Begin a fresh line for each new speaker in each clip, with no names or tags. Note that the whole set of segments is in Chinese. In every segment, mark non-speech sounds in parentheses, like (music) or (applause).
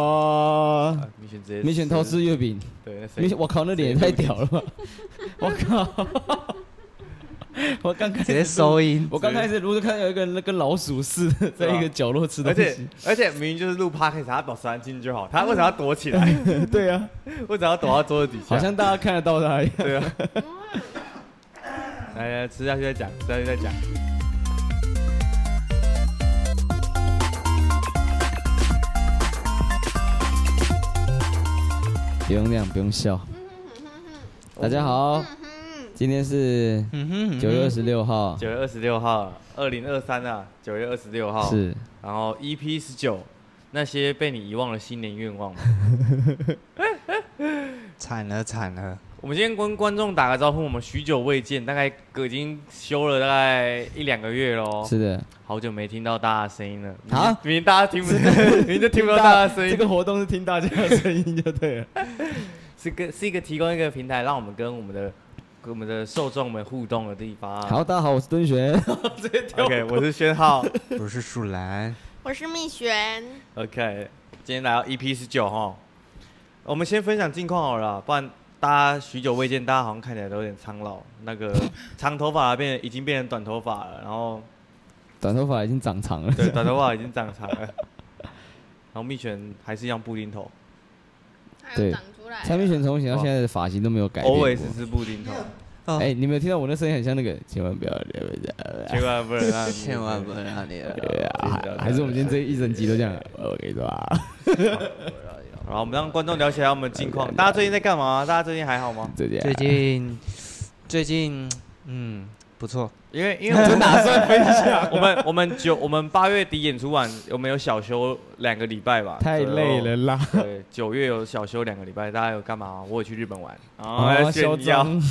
哇！
啊，米雪直接
明显偷吃月饼，
对，那声
明
音
显我靠，那脸也太屌了吧！ (laughs) 我靠！ (laughs) 我刚开
(laughs) 直接
始，
收音，
我刚开始如果看到有一个人跟老鼠似的，在一个角落吃东
而且
西，
而且明明就是录 podcast，他保持安静就好，他为什么要
(laughs)
躲起来？
对啊，
为什么要躲到桌子底下？
好像大家看得到他一样。
(laughs) 对啊。来来，吃下去再讲，吃下去再讲。
不用那样，不用笑。
嗯
大家好，今天是
嗯哼，
九月二十六号，
九月二十六号，二零二三啊，九月二十六号。。
是
然后 EP 十九，那些被你遗忘的新年愿望嘛。
惨了惨了，
(laughs) 我们今天跟观众打个招呼，我们许久未见，大概已经休了大概一两个月喽，
是的，
好久没听到大家的声音了
啊
明明大家听不， (laughs) 明明就听不到大家的声音
这。个活动是听大家的声音就对了。
是个是一个提供一个平台，让我们跟我们的跟我们的受众们互动的地 (laughs) 方。
好，大家好，我是敦学。
，OK，我是宣浩。
我是树兰，
我是蜜璇，
(laughs) OK，今天来到 EP 十九哈，我们先分享近况好了啦，不然大家许久未见，大家好像看起来都有点苍老，那
(laughs)
个长头发变已经变成短头发了，然后
(laughs) 短头发已经长长了，
对短头发已经长
(laughs)
长了，然后蜜璇还是一样布丁头
它
对
又长出来
蔡明
了。
选从以前到现在的发型都没有改变过。
，always 是布丁头，
哎、你没有听到我那声音很像那个？千万不要，
千万不能让你
千万不能让你了，
对啊，还是我们今天这一整集都这样。我跟你说啊，
好，我们让观众了解一下我们的近况，大家最近在干嘛？大家最近还好吗？
就这样。
最近最近嗯不错，
因为因为 (laughs) 我打算分享，我们我们九我们八月底演出完，我们有小休两个礼拜吧，
太累了啦！
左右。对，九月有小休两个礼拜，大家有干嘛？我有去日本玩，
啊
啊，炫耀。
张，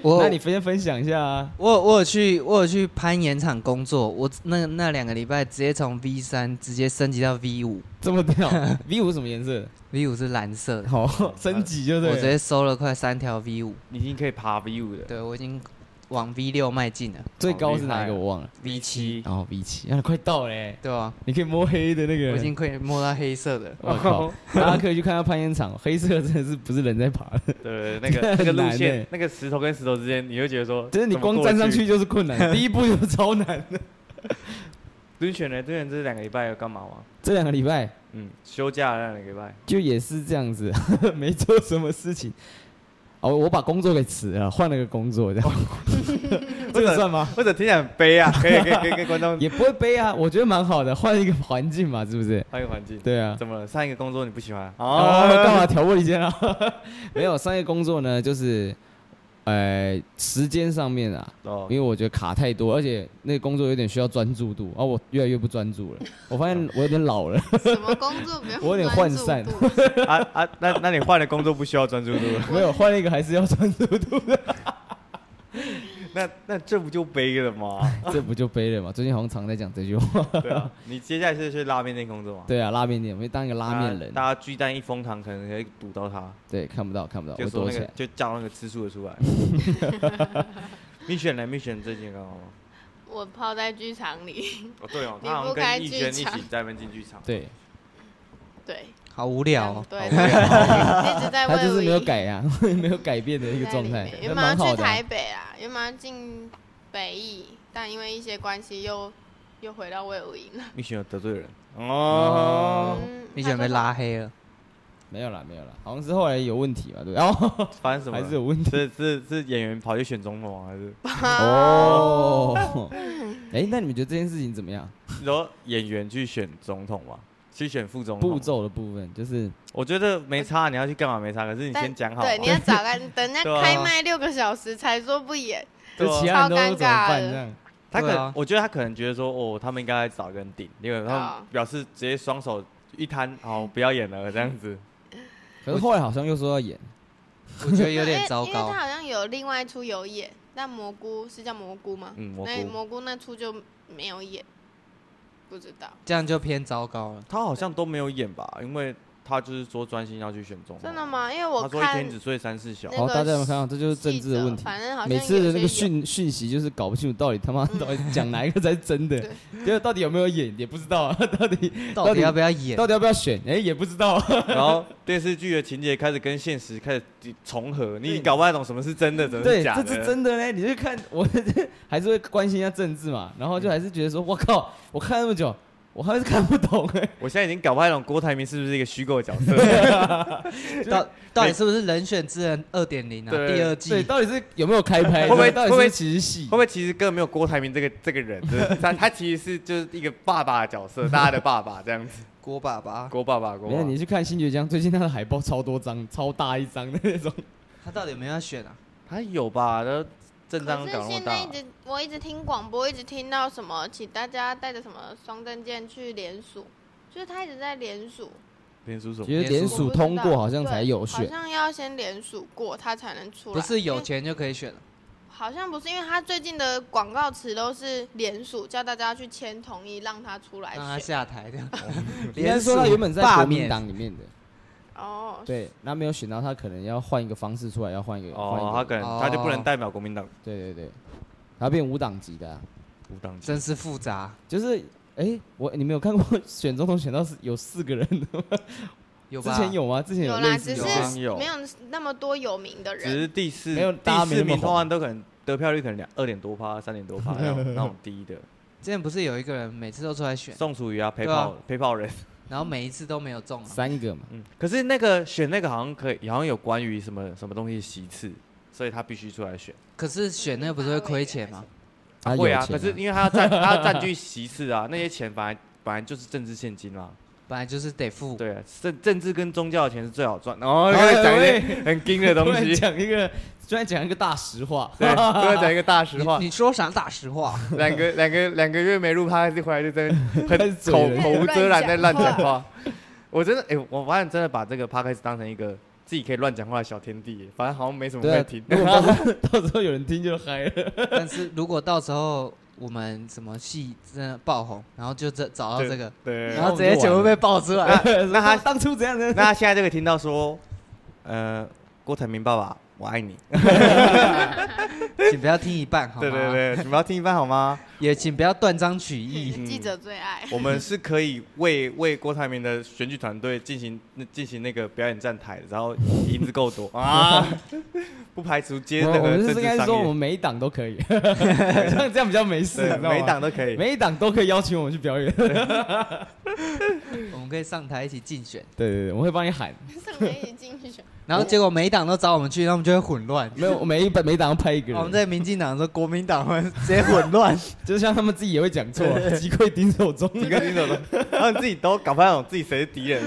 我
那你先分享一下啊。
我我有去我有去攀岩场工作，我那那两个礼拜直接从 V 三直接升级到 V 五
这么屌，V 五什么颜色？
，V 五是蓝色的，
好，升级就
我
对
直
了。
接收了快三条 V 五，
你已经可以爬 V 五的
对我已经往 V 六迈进了
最高是哪一个我忘了。
，V
(laughs)
七，
然后 V 七，啊，快到嘞、
对吧？
你可以摸黑的那个。
我已经可以摸到黑色的，
哦
我靠！大家可以去看下攀岩场，黑色真的是不是人在爬的，
对，那 (laughs) 个那
很
个
难
路线
欸，
那个石头跟石头之间，你会觉得说，
就是你
怎么
光
过
站上
去。
去就是困难，第一步就超难的。
蹲选呢？蹲选这两个礼拜有干嘛吗？
这两个礼拜
嗯，休假那两个礼拜，
就也是这样子， (laughs) 没做什么事情。哦，我把工作给辞了，换了个工作，这样、 (laughs) 这个算吗？
(laughs) 或者听起来很悲啊，可以可以可以跟观 (laughs) 众
也不会悲啊，我觉得蛮好的，换一个环境嘛，是不是？
换一个环境。
对啊。
(laughs) 怎么了？上一个工作你不喜欢？
哦，干嘛挑拨离间啊？ (laughs) 没有，商业工作呢，就是，呃，时间上面啊，
哦
因为我觉得卡太多，而且那个工作有点需要专注度，啊，我越来越不专注了。我发现我有点老了，
什么工作不用
(laughs) 我有点
专
涣
注
散
度
啊啊，那那你换了工作不需要专注度了？
没有换了一个还是要专注度的，
(laughs) 那那这不就悲了 (laughs) 吗？
这不就悲了嘛？最近好像常在讲这句话。
对啊，你接下来是去拉面店工作吗？
对啊，拉面店，我会当一个拉面人。
大家大家巨蛋一封糖，可能可以堵到他，
对，看不到，看不到，
就
我
说
躲
那
起
个
来。
就叫那个吃素的出来。
(laughs)
蜜雪呢？蜜雪最近刚好吗？
我泡在剧场里， (laughs)
哦，对哦，
离
他好像
不开
跟逸轩一
剧场
起在那边进剧场。
对，
对，
好无聊、
嗯
哦。
对，对
(laughs)
对一直在为
他就是没有
我
改啊， (laughs) 没有改变的一
一
个状态，
原本
蛮
要
好
去
的啊。
台北啊，原本要进北艺，但因为一些关系又又回到魏武营了。
蜜雪有得罪人哦，
嗯
你准备？拉黑了？
没有啦，没有啦，好像是后来有问题嘛，对不对？ (laughs) 然后
发生什么
还
了？
是有问题。
是是是演员跑去选总统吗还是？
(laughs)
哦，哎，那你们觉得这件事情怎么样？
你说演员去选总统吗？去选副总统？
步骤的部分就是
我觉得没差，你要去干嘛没差，可是你
但
先讲好啊。
对，你要早干，等人家
(laughs) 对啊
开麦六个小时才说不演，
就
对啊
其他人都
超尴
怎么办
尬的
这样？
他可
对
能，
啊
我觉得他可能觉得说，哦，他们应该找一个人顶，因为他们
啊
表示直接双手一摊，好，不要演了这样子。
可是后来好像又说要演，
我觉得有
因
点
为
糟
因为
糕
他。好像有另外一出有演，但蘑菇是叫蘑菇吗？
嗯，蘑
那
菇，
蘑菇那出就没有演，不知道。
这样就偏糟糕了。
他好像都没有演吧？因为他就是说专心要去选中，
真的？吗？因为
他
我
说一天
看
只睡三四小
那
时，
好，
个
大家有没有看到？这就是政
记
治的
者
问题。
反正好像
每次的那
有
个
些有
讯讯息就是搞不清楚到底他妈 (laughs)
嗯
到底讲哪一个才是真的，结果到底有没有演也不知道，啊 (laughs) 到底
(laughs) 到
到
底
底
要不要演？
到底要不要选，哎也不知道。
然后电视剧的情节开始跟现实开始重合，你搞不太懂什么是真的，什么
对，
假
这
的。
是真的嘞！你就看我还是会关心一下政治嘛，然后就还是觉得说，我靠， (laughs) 我看那么久，我还是看不懂哎、
我现在已经搞不太懂郭台铭是不是一个虚构的角
(laughs)
色，
到到底是不是人选之人二点零啊？
对
第二
对，
季
到底是有没有开拍？
会不会
到底是
会不会
其实戏
会？不会其实根本没有郭台铭这个这个人？就是 (laughs) 他他其实是就是一个爸爸的角色，大家的爸爸这
(laughs)
样子，
郭爸爸，
郭爸爸，郭
没
爸
有，
爸。
你去看新觉江最近他的海报超多张，超大一张的那
(laughs)
种。
他到底有没有要选啊？
他有吧？他正
可
当
是
搞那么
现在
大
一，直我一直听广播，一直听到什么，请大家带着什么双证件去联署，就是他一直在联署，
连叔叔
其实联署通过好像才有
好
选，
像要先联署过，他才能出来。
不是有
因为
钱就可以选了？啊
好像不是，因为他最近的广告词都是联署，叫大家去签同意，让他出来
让他
选。
下台这样。哦 (laughs)
应该说他原本在国民党里面的，
哦，
对，那没有选到他，可能要换一个方式出来，要换一个，换
哦，
一
他
个，
可能他就不能代表国民党
对对对，他变无党籍的啊、
无
哦
党籍。
真是复杂，
就是哎、我你们有看过 (laughs) 选总统选到是有四个人的吗？
有
之
吧？
前有吗？之前
有
类
啦，
似
只
的
是
吗
好像有
没有那么多有名的
只
人。 (laughs)
是第四
没有大家
第
没
四
那么
名
红
通常都可能得票率可能两二点多趴、三点多趴那种那种低
(laughs)
的。
之前不是有一个人每次都出来选，
宋楚瑜啊，陪
对啊
跑陪跑人，
然后每一次都没有中啊？
三个嘛，
嗯，可是那个选那个好像可以，好像有关于什么什么东西的席次，所以他必须出来选。
可是选那个不是会亏钱吗？
他有
会
钱
啊，可是因为他要占他要占据席次啊，那些钱本来本来就是政治现金啦、
本来就是得付。
对啊，政政治跟宗教的钱是最好赚。然后
哎
开始讲一
喂
些很精的东
突然 (laughs)
西，
讲一个，突然讲一个大实话，
对，啊都要讲一个大实
你
话。
(laughs) 你说啥大实话？ (laughs)
两个两个两个月没录 p o d 回来就在那边
开
很
始
口
嘴
口无遮拦在乱讲
乱
话。 (laughs) 我真的哎、我发现真的把这个 p o d 当成一个自己可以乱讲话的小天地耶，反正好像没什么
对
问
啊
题。，
如果
(laughs)
到时候 (laughs) 到时候有人听就嗨了，
但是如果到时候我们什么戏真的爆红，然后就这找到这个，
对
(laughs) 然后直接全部被爆出来，
(laughs) 那
他
当初怎样呢？
那他现在这个听到说，呃，郭台铭爸爸，我爱你。
(laughs) 请不要听一半好吗？
对对，对，
(laughs)
你们要听一半好吗？
也请不要断章取
(laughs)
义。
记者最爱，
我们是可以为为郭台铭的选举团队进行进行那个表演站台的，然后银子够
(laughs)
多啊，不排除接
我们我
那个
们
政
是
治
应该
商
说我
业
们，每一档都可
(laughs)
以，这样这样比较没事，你
对，
知道吗
每一档都可以。
每一档都可以邀请我们去表
(laughs)
演。对
我们可以上台一起竞选，
对对，我会帮你喊。
上面一起竞选，
然后结果每一档都找我们去，他们就会混乱。
没有，我每一本每一档要拍一个
哦
我
人，
们在民进党说国民党会直接混乱，
就像他们自己也会讲错，
(laughs)
击溃敌手中。
你跟你怎么，他们自己都搞不懂自己谁是敌
(laughs)
人。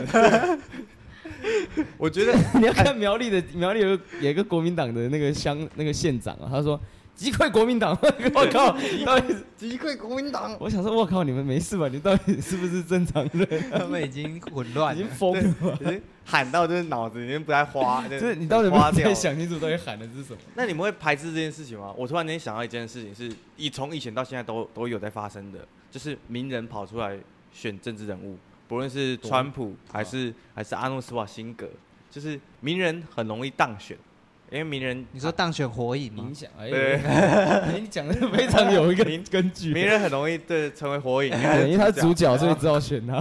我觉得 (laughs)
你要看苗栗的苗栗有个有一个国民党的那个乡那个县长啊，他说击溃国民党， (laughs) 我靠，到底是
击溃国民党，
我想说，我靠，你们没事吧？你到底是不是正常人？
他们已经混乱
已经
了。
疯了吧？
已经喊到就是脑子已经不太花，
(laughs)
就
就是你到底有没
花
有
掉
在
了。
想清楚到底喊的是什么？
那你们会排斥这件事情吗？我突然间想到一件事情是，以从以前到现在都都有在发生的，就是名人跑出来选政治人物，不论是川普
啊
还是、还是阿诺斯瓦辛格，就是名人很容易当选，因为
(laughs)
名人
你说当选火影吗
影？响？哎
对，
哎你讲的非常有
(laughs)
一个
名
根据。
名人很容易对成为火
(laughs)
影，
对，因为他是主角，所以
啊
只好选他。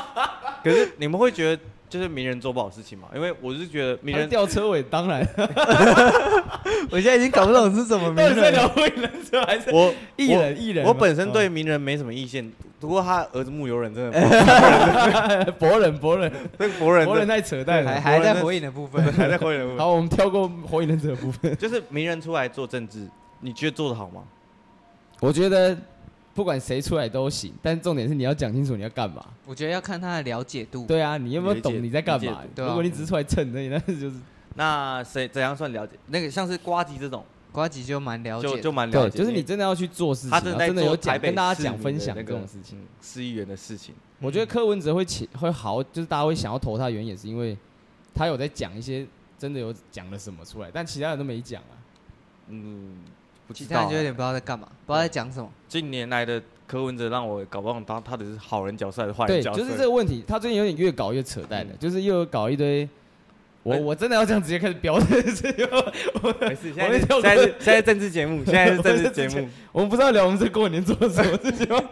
(laughs) 可是你们会觉得就是名人做不好事情吗？因为我是觉得名
他
人
吊车尾，当然。
我现在已经搞不懂是什么
(laughs)
(laughs)
名
到底在
人了。
聊未人车还是
我
(laughs) 艺人？艺人吗？
我本身对名人没什么意见，不过他儿子木有人真的
(laughs)
不，
哦 (laughs) 博人，博人，
这个博人
博人
真的
太扯淡
还
了。
还在火影的部分，
还在火影人物。
好，我们跳过火影忍者的部分。
就是名人出来做政治，你觉得做的好吗？
我觉得不管谁出来都行，但重点是你要讲清楚你要干嘛。
(laughs) 我觉得要看他的了解度。
对啊，你有没有
理解
懂你在干
理
嘛
解？
对啊
如果你只是出来蹭而已，那就是
那谁怎样算了解？那个像是瓜吉这种，
瓜吉就蛮了
就
解
就
的，
蛮了
对，
解，
就是你真的要去做事情，
他
然
正
后
在
真的
做
有
台
讲
北
跟大家
市民
讲分
的
享
那
这
个嗯
种事情。
市议员的事情。
我觉得柯文哲会起会好，就是大家会想要投他，原因也是因为他有在讲一些真的有讲了什么出来，但其他人都没讲啊。
嗯，不知
其
道
他人
啊
就有。点不知道在干嘛，不知道在讲什么。
近年来的柯文哲让我搞不懂他他的是好人角色还是坏
对，
人角色。
就是这个问题，他最近有点越搞越扯淡了，
嗯
就是又搞一堆。我
哎
我真的要这样直接开始飙，
没事，现在
我们
是
跳过
现在是现在政治节目，现在是政治节
我们是
目，
我们不知道聊我们这过年做了什么事情吗？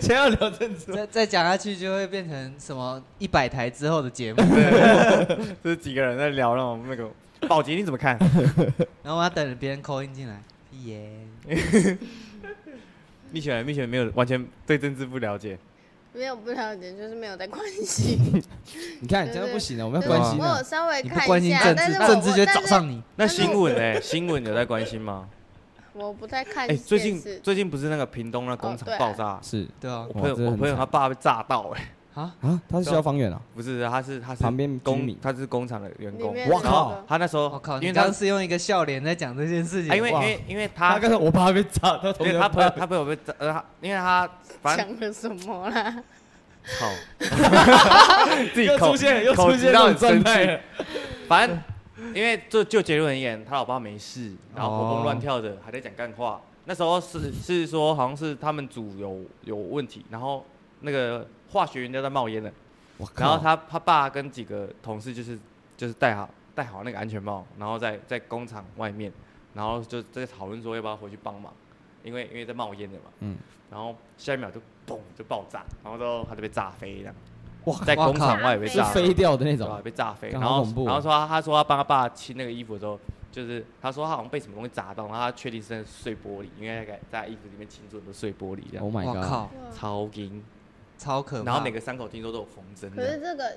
先要聊政治吗，
(laughs) 再再讲下去就会变成什么一百台之后
(laughs)
的节目，
对， (laughs) 这是几个人在聊那种那个。宝洁你怎
(laughs)
么看？
然后我要等着别人扣音进来。屁耶，
哎蜜雪蜜雪没有完全对政治不了解，
没有不了解，就是没有在关心。
你看
对
这样不行了，我
就
们
是
要关心
我
啊
有。稍微
你不
看
关
一
心
下，
政
但
治
是，我
政治就会
我但
找
是
上你。
那
但是
新闻呢？新闻有在关心吗？
我不太 (laughs) 看
哎，
电视。
最近最近不是那个屏东那工
哦对
厂
啊
爆炸，
是
对啊
哇
我，朋友
这个
我
很
朋友
惨
他爸被炸到哎，
啊，
啊，他是消防员啊，
不是，他是他是
旁边居
工
民，
他是工厂的员
里
工，
面
我
的那
靠
个
他那时候
我靠，
因
你
为
刚
他
刚是用一个笑脸在讲这件事情，
啊因为因
哇
为因为
他
他
刚才我怕被炸，他
因
同
为
学
他朋友他朋友被炸，呃，他因为他反正
讲了什么啦？
(laughs)
操，自己
又
口
出现了又
口
出
急
现
到
这
很
种状
生
态
气
了。，
反正因为就就结论而言，他老爸没事，然后活蹦
哦
乱跳的，还在讲干话。那时候是是说好像是他们组有有问题，然后那个化学原料在冒烟了，
我
然后
靠，
他他爸跟几个同事就是就是戴好戴好那个安全帽，然后在在工厂外面，然后就在讨论说要不要回去帮忙，因为因为在冒烟的嘛，
嗯
然后下一秒就嘣就爆炸，然后之后他就被炸飞
(laughs)
这样，
哇靠
在工厂外也被
他
是
炸
飞掉的那
对吧？啊
种，
被炸飞，
干
然
好
后
恐怖哦
然后说他他说他帮他爸清那个衣服的时候，就是他说他好像被什么东西砸到，然后他确定是那碎玻璃，因为他在衣服里面清出很多碎玻璃这样，
，Oh my
我
god，
靠，
超硬，
超可怕。
然后每个伤口听说都有缝针
可
的
是。这个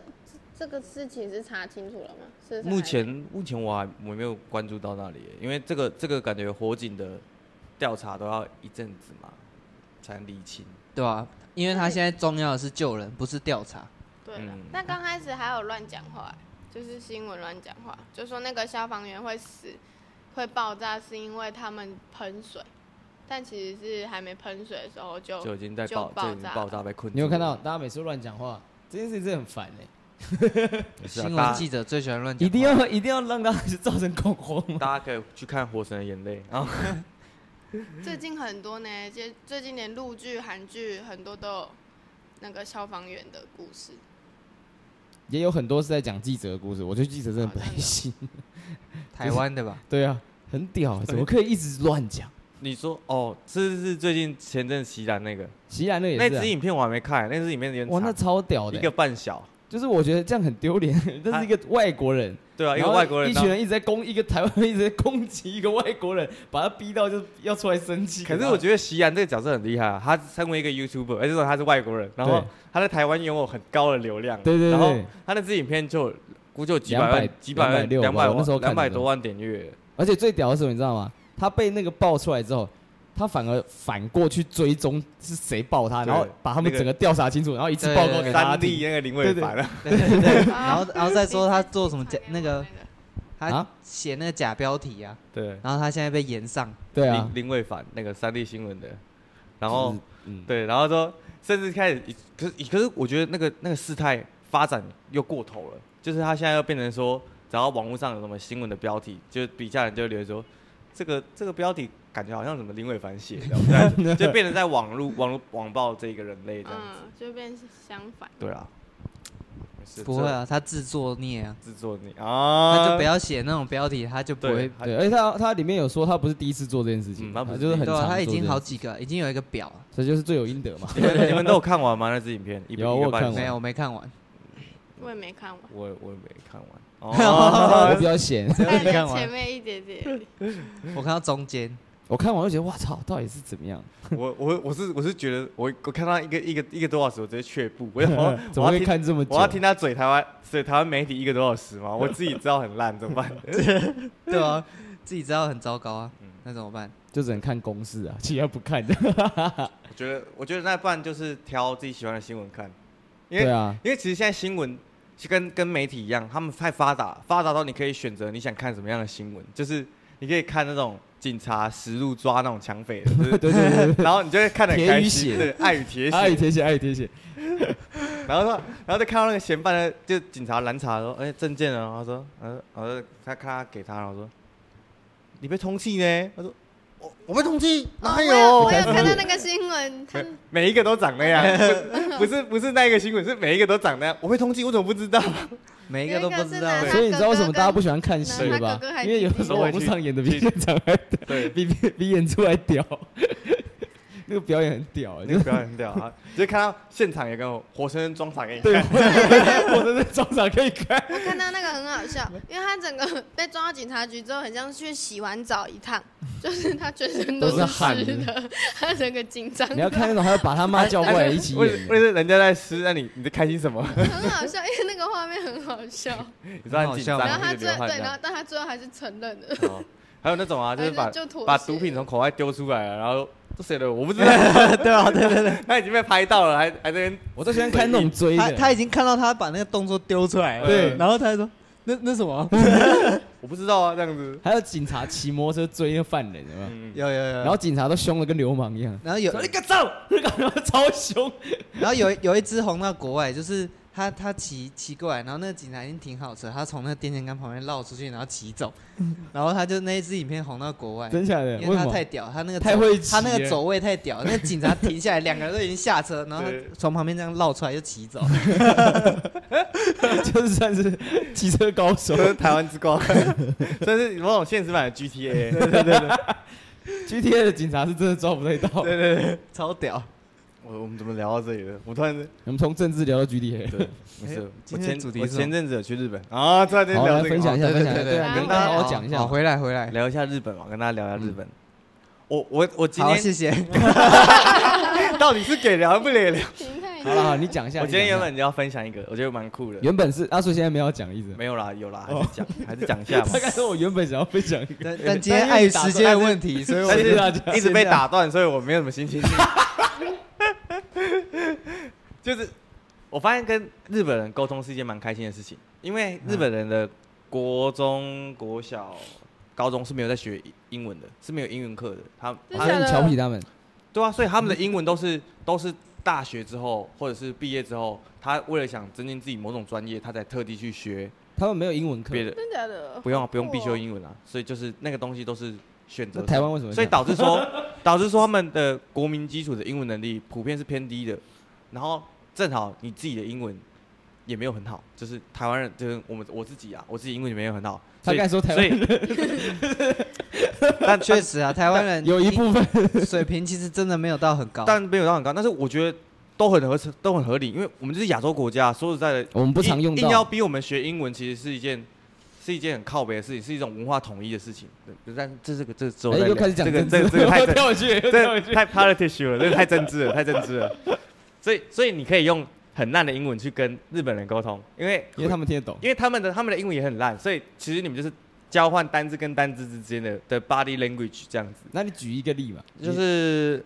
这个事情是查清楚了吗？是
目前目前我还我没有关注到那里耶，因为这个这个感觉火警的调查都要一阵子嘛，才能理清。
对啊，因为他现在重要的是救人，不是调查。
对了
嗯，
但刚开始还有乱讲话，就是新闻乱讲话，就说那个消防员会死、会爆炸，是因为他们喷水，但其实是还没喷水的时候就
就已经在
就
爆，
爆
就已经
炸
爆炸被困住了。
你有看到大家每次乱讲话，这件事情真的很烦哎，
也是啊？
新
大家
闻记者最喜欢乱讲话，
一定要一定要让大家去造成恐慌。
大家可以去看《火神的眼泪》啊，
最近很多呢，就最近连陆剧、韩剧很多都有那个消防员的故事。
也有很多是在讲记者的故事，我对记者真
啊
的不太信。
台湾的吧？
对啊，很屌，怎么可以一直乱讲？
(laughs) 你说哦，是是最近前阵席兰那个
席然那也
那
是啊
支影片我还没看，那支影片有点
哇，那
长
超屌的
一
欸
个，半小，
就是我觉得这样很丢脸。 (laughs) 这是一个外国人，
对啊，一
然
个
后
外国人
一
然
群
后
人一直在攻一 (laughs) 个台湾人，一直在攻击一个外国人，把他逼到就是要出来生气。
可是我觉得席然这个角色很厉害啊，他身为一个 YouTuber，而且说他是外国人，然后
对
他在台湾拥有很高的流量，
对对对
然后他那支影片就估计有几百
200
万、几百
260
万、两
吧
百
我那时候看的
两百
时候
多万点阅，
而且最屌的是什么，你知道吗？他被那个爆出来之后，他反而反过去追踪是谁爆他，
对
然后把他们整个调查清楚，然后一次报告给大家
三
听。
D 那个林伟凡啊，
对对对，
(laughs)
然
然
后然后再说他做什么
(laughs)
假那个，他
啊
写那个假标题啊，
对，
然后他现在被延上，
对啊
林，林伟凡那个三 D 新闻的，然后
就是嗯，
对，然后说甚至开始，可是可是我觉得那个那个事态发展又过头了，就是他现在又变成说，只要网络上有什么新闻的标题，就是底下人就会留言说，这个这个标题感觉好像什么林伟凡写的，
(laughs)
对，就变成在网络网络网暴这个人类这样子，
嗯，就变相反。
(laughs) 对啊，没事
不会，啊，他自作孽啊，
制作你啊，
他就不要写那种标题，他就不
对
会。，啊
对，而且他他里面有说他不是第一次做这件事情，
嗯嗯他不是
就是很
对啊，
常
他已
做这
经
件
好
事，
几个，已经有一个表了。
所以就是罪有应
(laughs)
得嘛。
你们你们都有看完吗？那支影片一
有我有看完
没有，我没看完。
我也没看
(laughs)
完，
我我没看
(laughs)
完，
我比
哦，
较闲，
看
你看
在
完
前面一点点。
我看到中 (laughs) 间，
我看完就觉得哇操，到底是怎么样？ (laughs)
我我我是我是觉得我我看到一个一个一个多小时，我直接却步，
(laughs)
我想说
怎
我
么会
要听
看这么久？
我要听他嘴台湾嘴台湾媒体一个多小时嘛，我自己知道很烂，怎
(laughs)
么办？
对啊，自己知道很糟糕啊，那怎么办？
就只能看公式啊，其他不看的。
我觉得我觉得那不然就是挑自己喜欢的新闻看，因为、
对啊，
因为其实现在新闻是跟跟媒体一样，他们太发达，发达到你可以选择你想看什么样的新闻，就是你可以看那种警察实录抓那种抢匪的，就是
(laughs) 对对对对
(laughs) 然后你就会看得很开
铁
心，
与血
对，爱与
对，
铁血，
爱与铁血，爱与铁血，
然后说，然后就看到那个嫌犯呢，就警察拦查说，哎、证件呢？然后说，呃，然后他看他给他，然后说，你被通缉呢？他说，
我我被通缉，哪
哎
有？
哦
(laughs)
我有看到那个新闻，他
每每一个都长那
(laughs)
样，不是不是不是那一个新闻，是每一个都长那样。我被通缉，我怎么不知道？ (laughs)
每一个都不知道
有一。个是
所以你知道为什么大家不喜欢看戏了
那他
吧
哥哥还？
因为有时候网络上演的比现场还
对，
比比比演出还屌， (laughs) 那个表演很屌，
那个表演很屌啊！就看到现场有个活生生装傻给你看，
(laughs) 对，我 (laughs) 的在中场可以看。
我看到那个很好笑，因为他整个被抓到警察局之后，很像去洗完澡一趟，就是他全身
都是
是
汗
湿的，他整个紧张，
你要看那种，还要把他妈叫过来一起
为
(laughs)
为
演，
为了人家在撕，那你你在开心什么？ (laughs)
很好笑，因为那个画面很好笑。
你知道很紧张，
然后他
一直
最
流汗
对，
这
哦然
样
后。但他最后还是承认了，
哦还有那种
(laughs)
啊，就是把
还是就妥协
把毒品从口外丢出来啊了，然后这谁的
(laughs)
我不知道，
对 (laughs) 啊，对对对，
(laughs) 他已经被拍到了，还还在那边
我最喜欢看那种追
他他
的。
已经看到他把那个动作丢出来了，
对
然后他就说那那什么？
我不知道啊，这样子。
还有警察骑摩托车追那个犯人，有没有？
嗯，
有有有，
然后警察都凶的跟流氓一 (laughs) 样，
然后有
说你个走，那个超凶。
然后有一有一只红到国外，就是他他骑骑过来，然后那个警察已经停好车，他从那个电线杆旁边绕出去，然后骑走，然后他就那一支影片红到国
(laughs)
外，
真假的？
因
为
为
什
他
么
太？屌，他那个
太
走
会骑
他那个
了
走位太屌，那个警察停下来，两个人都已经下车，然后他
对
从旁边这样绕出来就骑走，
就是算是骑车高手 (laughs)
都。是台湾之光，这是某种现实版的 GTA。对对对
GTA 的警察是真的抓不太到。
对对对。
超屌。
我我们怎么聊到这里了？我突然
我们从政治聊到 GTA。
对，没事。我
今天
前
的主题
我
是什么
前阵子有去日本啊，突然间
好，
聊
来
这个
分，享一下，
哦
分
对
享一下，
对对
对啊，
对
跟大家好好
好
讲一
好
下。
回来回
好
来，
聊一下日本嘛，跟大家聊一下日本。我我我今
好谢
天
谢。
(laughs) 到底是给聊不给聊？
停太
好了，好，你讲一下。
我今天
你讲
原
一下
本就要分享一个，我觉得蛮酷的。
原本是阿啊水，现在没有讲，一直。
没有啦，有啦，还是讲还是讲一下嘛
(laughs) 大。概是我原本想要分享一
(laughs)
个，
但但今天碍于时间的问题，所以我
但
谢谢大家
是一直被打断，所以我没有什么心情。 (laughs) 就是我发现跟日本人沟通是一件蛮开心的事情，因为日本人的国中、国小、高中是没有在学英文的，是没有英文课的。他
真
他
所以
假的
你瞧不起他们。
对啊，所以他们的英文都是都是大学之后或者是毕业之后，他为了想增进自己某种专业，他才特地去学
他们没有英文课，
别的。
真假的？
不用啊不用必
哦
修英文啊，所以就是那个东西都是选择
那
题。
台湾为什么这样？
所以导
(laughs)
致说，导致说他们的国民基础的英文能力普遍是偏低的，然后正好你自己的英文也没有很好，就是台湾人，就是我们我自己啊，我自己英文也没有很好，
他
所以
刚才说台
所
湾
以
但确实啊，台湾人
有一部分
水平其实真的没有到很高，
但没有到很高，但是我觉得都很合都很合理，因为我们就是亚洲国家，说实在的，
我们不常
硬
用
硬
到。
要
哎
逼我们学英文，其实是一件是一件很靠北的事情，是一种文化统一的事情。对但这这个这之后
哎
再聊
又开始讲
这个
政
这
治
个这个太
又跳回去，
(laughs)
又跳回
这
去。
太 politics 了，这太政治了，太政治了。 (laughs) 所以，所以你可以用很烂的英文去跟日本人沟通，因为
因为他们听得懂，
因为他们的他们的英文也很烂，所以其实你们就是交换单字跟单字之间的的 body language 这样子，
那你举一个例嘛？
就是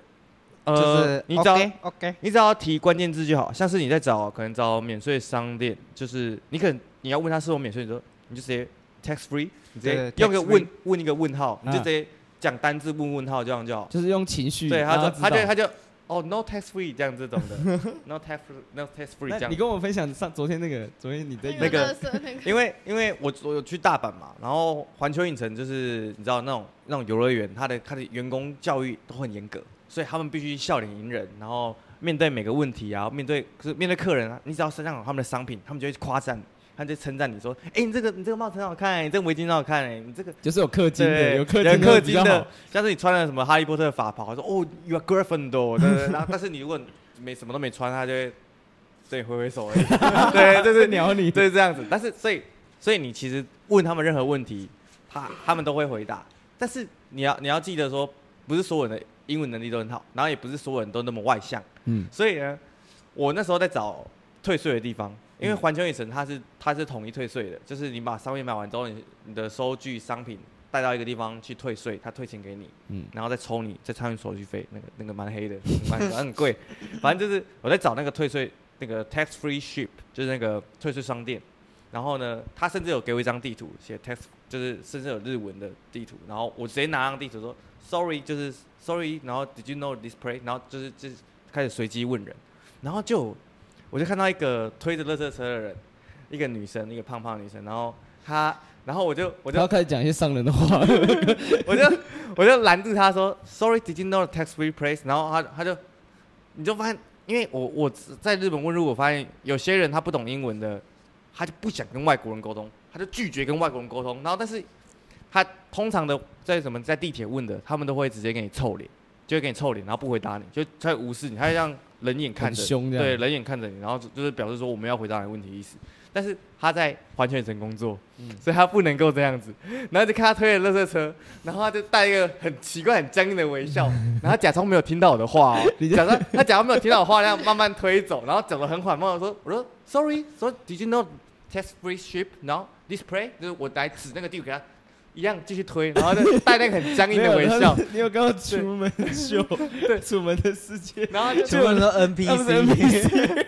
呃，
就是
你找。
OK
(laughs)
OK，
你只要提关键字就好，像是你在找可能找免税商店，就是你可能你要问他是否免税，你说你就直接 tax free，你直接
对对
用个
tax free
问问一个问号，你就
啊
直接讲单字问问号这样就好。
就是用情绪
对，
让
他
他
就
知
他就
道。
他就哦，no tax free 这样这种
(laughs)
的，no tax no tax free 这
那
样
你。跟我分享上昨天那个，昨天你的
那个
垃圾那个
因为因为我我有去大阪嘛，然后环球影城就是你知道那种那种游乐园，它的它的员工教育都很严格，所以他们必须笑脸迎人，然后面对每个问题啊，面对就是面对客人啊，你只要身上有他们的商品，他们就会夸赞你，他们就称赞你说，哎、你这个你这个帽子很好看、你这个围巾很好看、哎，你这个
就是有氪金的，
对，
有氪
氪
金
氪
比
金
较
的
好。，
像是你穿了什么哈利波特的法袍，说哦，you are Gryffindor，对对对然后但是你如果没什么都没穿，他就会对你挥挥手
(laughs)
而已， (laughs) 对，就是你，
鸟你，
对这样子。但是所以所以你其实问他们任何问题，他他们都会回答，但是你要你要记得说，不是所有人的英文能力都很好，然后也不是所有人都那么外向。
嗯，
所以呢，我那时候在找退税的地方，因
嗯
为环球影城它是它是统一退税的，就是你把商品买完之后，你你的收据商品带到一个地方去退税，它退钱给你，
嗯
然后再抽你再参与手续费，那个那个蛮黑的，蛮蛮很贵。 (laughs) 反正就是我在找那个退税那个 tax free ship，就是那个退税商店。然后呢，他甚至有给我一张地图，写 tax，就是甚至有日文的地图。然后我直接拿张地图说 sorry，就是 sorry，然后 did you know this place？然后就是就是开始随机问人，然后就我就看到一个推着垃圾车的人，一个女生，一个胖胖的女生，然后他，然后我就我
我
就
要开始讲一些伤人的话。
我就我就拦住他说，Sorry，did you know the tax free place？然后他他就你就发现，因为我我在日本问路，我发现有些人他不懂英文的，他就不想跟外国人沟通，他就拒绝跟外国人沟通。然后但是他通常的在什么在地铁问的，他们都会直接给你臭脸，就会给你臭脸，然后不回答你，就他会无视你，他会让冷眼看着
很
你，
凶这样
对，冷眼看着你，然后就就是表示说我们要回答你的问题的意思。但是他在环球影城工作，所以他不能够这样子。然后就看他推了垃圾车，然后他就带一个很奇怪、很僵硬的微 (laughs) 笑，然后假装没有听到我的话 (laughs) 哦，假装他假装没有听到我话那样慢慢推走，然后走得很缓慢。我说我说 Sorry，说 Did you know test free ship？然后 display 就是我来指那个地图给他。一样继续推，然后就带那个很僵硬的微 (laughs) 笑，，
你有刚刚出门秀，对，出门的世界，
然后他就
全部人都
他们是
(laughs) NPC，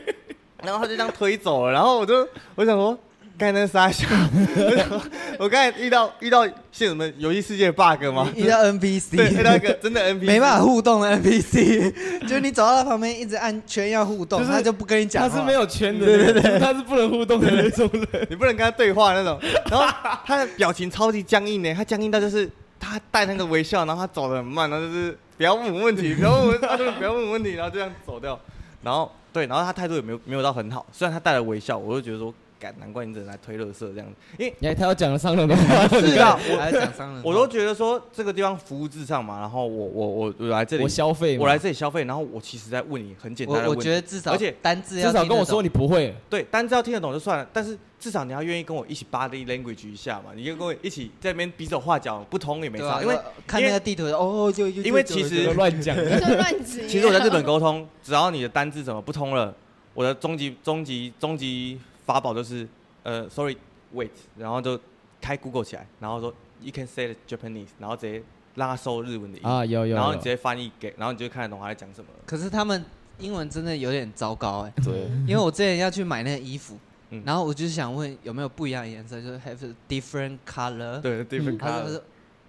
(laughs) 然后他就这样推走了，然后我就我想说，干那傻笑，我想说我刚才遇到遇到是什么游戏世界的 bug (laughs) 吗？
遇到
对，遇
NPC，
到一个真的 NPC，
没办法互动的 NPC，就是 (laughs) 你走到他旁边一直按圈要互动，
就是
他就不跟你讲
他
话，
是没有圈的，对对对，他是不能互动的那种人。
你不能跟他对话那种。然后他的表情超级僵硬呢，他僵硬到就是他带那个微笑，然后他走得很慢，然后就是不要问我问
(laughs)
题，不要问我，他就是不要问我问题，然后就这样走掉。然后对，然后他态度也没有没有到很好，虽然他带了微笑，我就觉得说，干，难怪你只能来推乐色这样子，因为
你看他要讲了伤人的话，
是啊，我
还讲商人话，
我都觉得说这个地方服务至上嘛，然后我我我我来这
(laughs)
里
我，消费嘛，
我来这里消费，然后我其实在问你很简单的
我
问
我
题，
觉得至少
而且
单字要
至少
听
跟我
得懂
说你不会，
对，单字要听得懂就算了，但是至少你要愿意跟我一起 body language 一下嘛，你就跟我一起在那边比手画脚，不通也没
对啊
差，因为
看
因
那
为
个地图哦，就就
因为
就
其
就
实
不要乱 (laughs) 讲。
就乱指。
其实我在日本沟通，只要你的单字怎么不通了，我的终极终极终极法宝就是呃，sorry wait，然后就开 Google 起来，然后说 you can say the Japanese，然后直接让他搜日文的音，
啊，有有，
然后你
有
直接翻译给，然后你就看得懂他在讲什么了。
(laughs) 可是他们英文真的有点糟糕哎、
对，
因为我之前要去买那个衣服，
嗯
然后我就想问有没有不一样的颜色，就是 have a different color。，
对，different
他说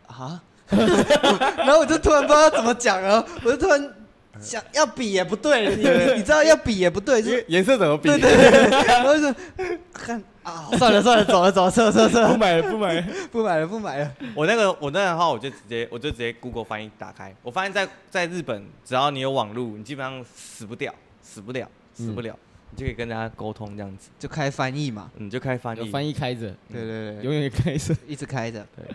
他
color
说啊， (laughs) 然后我就突然不知道怎么讲了，我就突然想要比也不对， (laughs) 你你知道要比也不对，就是
颜色怎么比？
对对对，然后就看啊， (laughs) 算了算了，走了走了走了走了，
不买了不买了，
(laughs) 不买了不买了，
(laughs) 我那个我那个的话，我就直接我就直接 Google 翻译打开。我发现在在日本，只要你有网络，你基本上死不掉，死不了，
嗯
死不了，你就可以跟大家沟通这样子，
就开翻译嘛，
你就开翻
有
译。
翻译开着，
对对对，
永远开着。
一直开着。
对，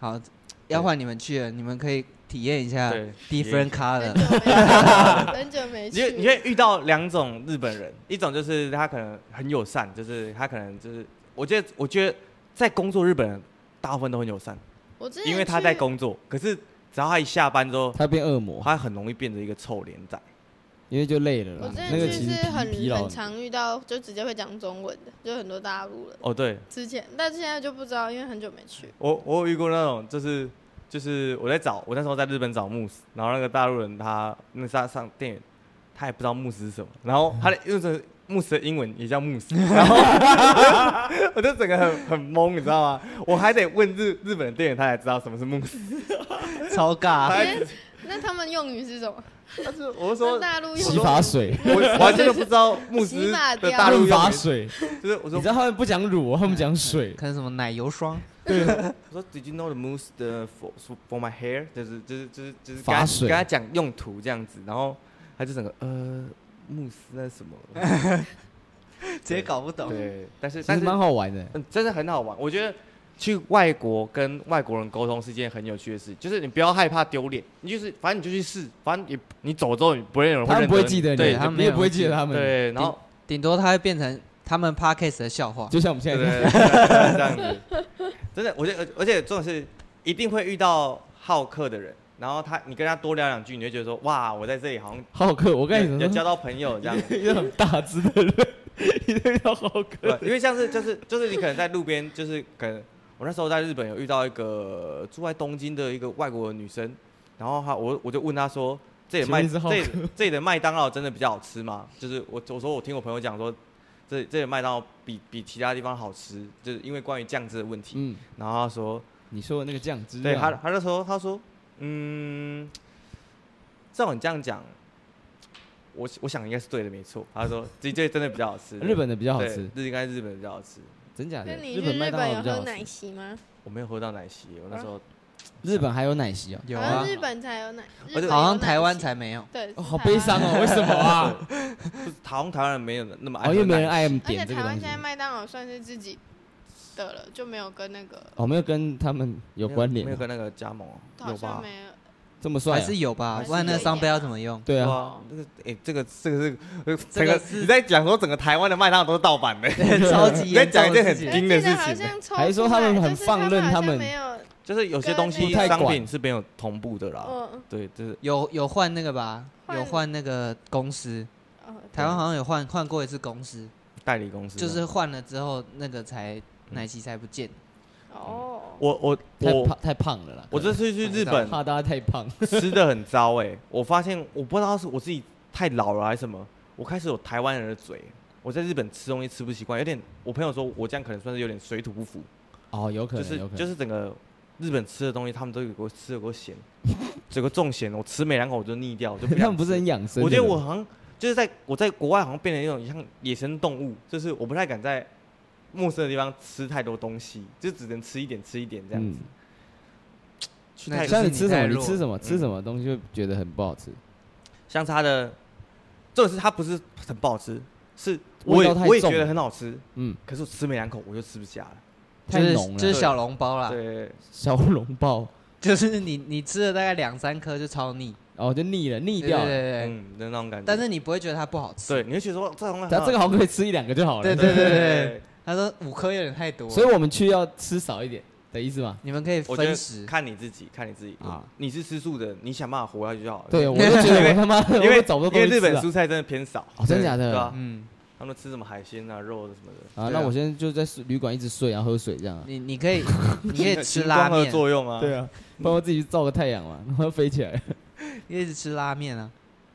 好，要换你们去了，你们可以体验一下
对
different color。
很久没
你
去，
就你会遇到两种日本人，一种就是他可能很友善，就是他可能就是，我觉得我觉得在工作日本人大部分都很友善，
我之前
因为他在
去
工作，可是只要他一下班之后，
他变恶魔，
他很容易变成一个臭脸仔。
因为就累了
我
啦
之。前
那个
去
其
是
实疲疲
很
劳
很，常遇到，就直接会讲中文的，就很多大陆人。
哦，对，
之前，但现在就不知道，因为很久没去。
我我有遇过那种，就是就是我在找，我那时候在日本找慕斯，然后那个大陆人他那上上店员，他也不知道慕斯是什么，然后他的用着慕斯的英文也叫慕斯，然后我就整个很很懵，你知道吗？我还得问日日本的店员，他才知道什么是慕斯。
超尬，
哎
哎那他们用语是什么？
但是我就
那
说，
大陆用
洗
语
发水，
我我还真的不知道慕斯
洗发
的
掉
大陆
润
用
发
语
水。
就是我
你
说
知道他们不讲乳哦，他们讲水。
可能什么奶油霜，
我说 Did you know the mousse the for for my hair？就是就是就是就是跟
法
他
水
跟他讲用途这样子，然后他就整个呃慕斯那是什么？
直接搞不懂。
对，但是
其
但
实
是
蛮好玩的，
嗯，真的很好玩。我觉得去外国跟外国人沟通是件很有趣的事，就是你不要害怕丢脸，你就是反正你就去试，反正也你走之后你不会有人
他们
会认
不会
得
记得
对
你，
他们
你也
没有
不会记得
记
他们。，
对，然后
顶多它会变成他们 podcast 的笑话。
就像我们现
对
在
对
这样
对对这样子，真的，我觉得而且重点是一定会遇到好客的人。然后他，你跟他多聊两句，你就觉得说，哇，我在这里好像
浩克，我跟你
有
说，
交到朋友这样子，
(laughs) 一个很大只的人， (laughs) 一定要浩
对
克。
因为像是就是就是你可能在路边，就是可能我那时候在日本有遇到一个住在东京的一个外国的女生，然后她我我就问她说，这里的麦
请问是浩
这
克
里这里的麦当劳真的比较好吃吗？就是我我说我听我朋友讲说，这这里的麦当劳比比其他地方好吃，就是因为关于酱汁的问题。
嗯，
然后她说，
你说的那个酱汁啊，
对她她就说她说，嗯，照你这样讲。我我想应该是对的，没错。她说，的确真的比较好吃。 (laughs)
日本的比较好
对，
吃，
日应该是日本比较好吃。
真假的？
那你
日
去
本麦
日
当劳
本
比
有
较
喝
好吃
奶。昔吗？
我没有喝到奶昔，我那时候
日本还有奶
(laughs)
昔哦，
有
好
啊
像，日本才有奶，日
而
本
且
有
好像
奶昔
台湾才没有。
对，
哦
是
好
台
悲
湾
伤哦，为什么啊？
(laughs) 就是好像台湾人没有那么爱
哦，
喝
因为没人
奶昔
爱
而且
点这个
台湾
东
现
西
在，麦当劳算是自己的了，就没有跟那个
哦，没有跟他们有关
没有
联，
跟那个加盟啊
好
有吧
像？没有。哎
这么帅
还
啊，
是有吧
还，是
不然那
有一
商标
点啊
要怎么用？
对啊，
啊，那个哎，这个这个是呃
这
整
个
个
是
你在讲说整个台湾的麦当劳都是盗版的，
(laughs)
(laughs)
超级
你在
严
讲一
重
件
的
很
事情。
惊的
我记
事
得好
情，
像抽
还是说
出
他
来
们
就
很
是
放任
好
他
像
们啊
没有，
就是有些东西
不太
商
管
品是没有同步的啦。
嗯
对，就是
(laughs) 有有换那个吧，
换
有换那个公司，
嗯，
台湾好像有换换过一次公司，
代理公司
就
嘛
是换了之后那个才奶昔才不见。
哦，
我我
太
我
胖太胖了啦，
我这次去日
(laughs)
本
怕大家太胖，
吃的很糟哎、我发现我不知道是我自己太老了还是什么，我开始有台湾人的嘴。我在日本吃东西吃不习惯，有点我朋友说我这样可能算是有点水土不服，
哦，有可
就
能，
是
有可能 (laughs)
就是整个日本吃的东西他们都有给我吃有够咸，整个重咸，我吃没两口我就腻掉，我就不
他
想
们不是
吃
很养生的人，
我觉得我好像就是在我在国外好像变得一种像野生动物，就是我不太敢在陌生的地方吃太多东西，就只能吃一点吃一点这样子。
嗯
去
那
泰
就
像
是
你
你
吃什
太
么，你
弱
吃什么，吃
嗯
什么东西会觉得很不好吃，
相差的，这是它不是很不好吃，是我
味
也
道太
我也
重
觉得
了
很好吃，
嗯，
可是我吃没两口我就吃不下了。
太
就是
浓了，
就是小笼包啦，
对，
小笼包，
就是你你吃了大概两三颗就超腻，
哦，就腻了，腻
对
掉
对
了。
对对，
嗯，的那种感觉。
但是你不会觉得它不好吃。
对，你会觉得说这种
他这个好像可以吃一两个就好了。
对
对
对对
对，
他说五颗有点太多，
所以我们去要吃少一点的意思吗？
你们可以
我觉
分
得
食。
看你自己，看你自己
啊
啊。你是吃素的，你想办法活下去就好了。
对，我就觉
因
得
为
我他
(laughs)
妈的
因为
我找不到
因为
东西
日本
吃啊
蔬菜真的偏少，
哦，真假
对
的
啊
啊？
嗯，
他们吃什么海鲜啊、肉什么的，
对
那
啊
我现在就在旅馆一直睡，然后喝水这样啊。
(laughs)
你你可以你可以吃
行
拉
光合
面，
作用啊。
对啊，包括自己去照个太阳嘛，然后飞起
(laughs)
来
你可以一直吃拉面啊，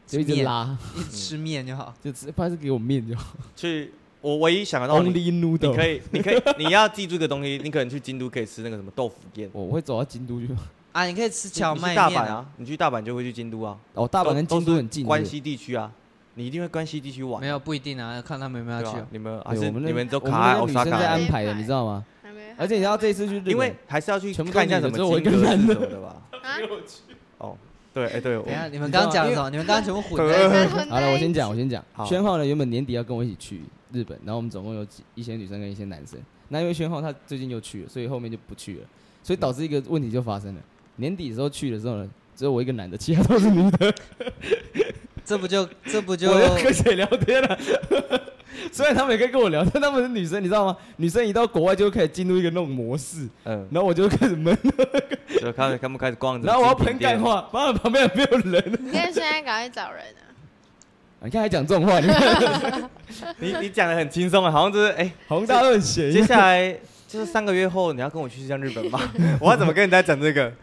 就一直
面
拉，
一直吃面就好。
就吃，不然是给我面就好。
去，我唯一想得到你，
Only
你
noodle，
可以，你可以，你要记住一个东西，你可能去京都可以吃那个什么豆腐宴。
我会走到京都去吗。
啊，你可以吃
你
荞
你
麦
去大
面
阪，啊，你去大阪就会去京都啊，
哦，大阪跟
都
京都很近，
关
是不是
西地区啊，你一定会关西地区玩。
没有不一定啊，要看他们有没有
对
要去
吧
啊。？
你们
对
还是
我们那
你们都
我们
卡在
那女生
Osaka
在安
啊，
排的，你知道吗？
还没，
而且你知道这次去日本，
因为还是要去
全部都
看一下
女的
什么
只有我一
金
个
格子
男
什
的
么的吧。
啊，
哦，对，哎，对，我
等一下，你们
你
刚
知道吗
刚讲
因为
什么？你们刚刚全部混在一
(laughs)
对
起
跟
(laughs)
混
好
在
了，我
一
先
起
讲，我先讲
好。
宣浩呢，原本年底要跟我一起去日本，然后我们总共有几一些女生跟一些男生。那因为宣浩他最近又去了，所以后面就不去了，所以导致一个问题就发生了。年底的时候去的时候呢，只有我一个男的，其他都是女的，
这不就这不
(laughs)
就
我要跟谁聊天了、虽然他们也可以跟我聊，但他们是女生，你知道吗？女生一到国外就开始进入一个那种模式，
嗯，
然后我就开始
(laughs)
闷，
就开始他们开始逛着，
呃然后我要喷干，话，妈的旁边没有人， (laughs)
你看现在赶快找人啊，
你看还讲这种话，你看
你你讲的很轻松啊，好像就是哎，
好像大家都很
(laughs)
闲。
接下来就是三个月后你要跟我去一趟日本吗？我要怎么跟人家讲这个？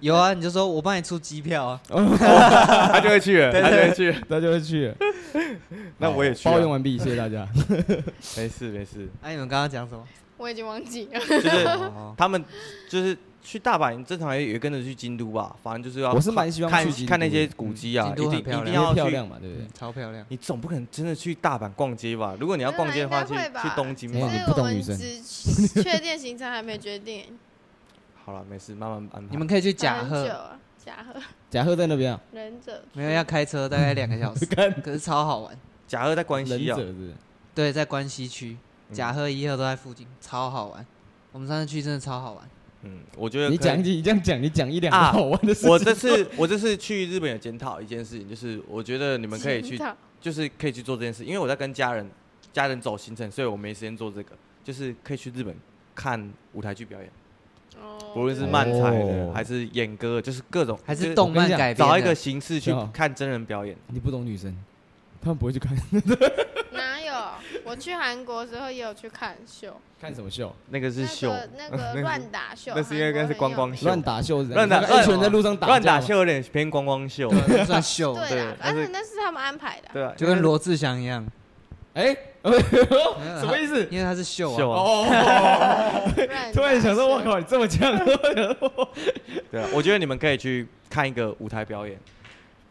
有啊？你就说我帮你出机票啊，
他就会去
(laughs)
了，他就会去了。
大家会去了，
那我也去啊
抱怨完毕，谢谢大家。
没事没事，
哎、你们刚刚讲什么？
我已经忘记了，
就是
哦
他们就是去大阪，正常也也跟着去京都吧，反正就是要
我是
看
蛮希望
看
去京都
看那些
的
古迹啊，
嗯京
一定
都很
一
漂
定
因为
要
漂
去。
亮嘛，对不对
嗯？超漂亮。
你总不可能真的去大阪逛街吧？如果你要逛街的话，去
真的应该会吧
去东京
没有
吧
所
你。
以
不
我
懂女
们
生
只确定行程还没
(laughs)
决定，
好了，没事，慢慢安排。
你们可以去
打
甲
很久
贺，
啊，甲贺
甲贺在那边啊，，
(laughs)
忍者，
没有要开车大概两个小时
看
可是超好玩。
假二在关
忍
西
者
啊
是，不是
对，在关西区，
嗯
甲贺、一贺都在附近，超好玩。我们上次去真的超好玩，
嗯，我觉得
你
可以
讲一你这样讲，你讲一两个 (laughs)
啊
好玩的事情。
我这次 (laughs) 我这次去日本有检讨一件事情，就是我觉得你们可以去
知，
啊
道
就是可以去做这件事，因为我在跟家人家人走行程，所以我没时间做这个，就是可以去日本看舞台剧表演，
哦，
不论是
对
漫才
哦
的还是演歌的，就是各种
还
就是
动漫改编的
找一个形式去
是哦
看真人表演。
你不懂女生，他们不会去
(laughs)
看
哪有？我去韩国之后也有去看秀，
看什么秀，
那个 (laughs) 是
那
秀， (laughs)
个
(laughs)
那个乱 (laughs) 打秀，
那是因为
韩国
那是
很
观
有
光
名
秀
乱打秀是怎样，
乱打
那个一群人在路上打
乱打
架吗，
秀有点偏观光秀，
对算秀，
(laughs) 对
对
啦，
但
而
是
且那是他们安排的啊，
对啊，
(laughs) 就跟罗志祥一样，
哎， (laughs) 什
什
么意
(laughs)
思？
因为他是秀啊，
秀啊，
哦，
(laughs)
乱
突然
打
想说，
秀
我，靠，你这么呛，
对啊，我觉得你们可以去看一个舞台表演，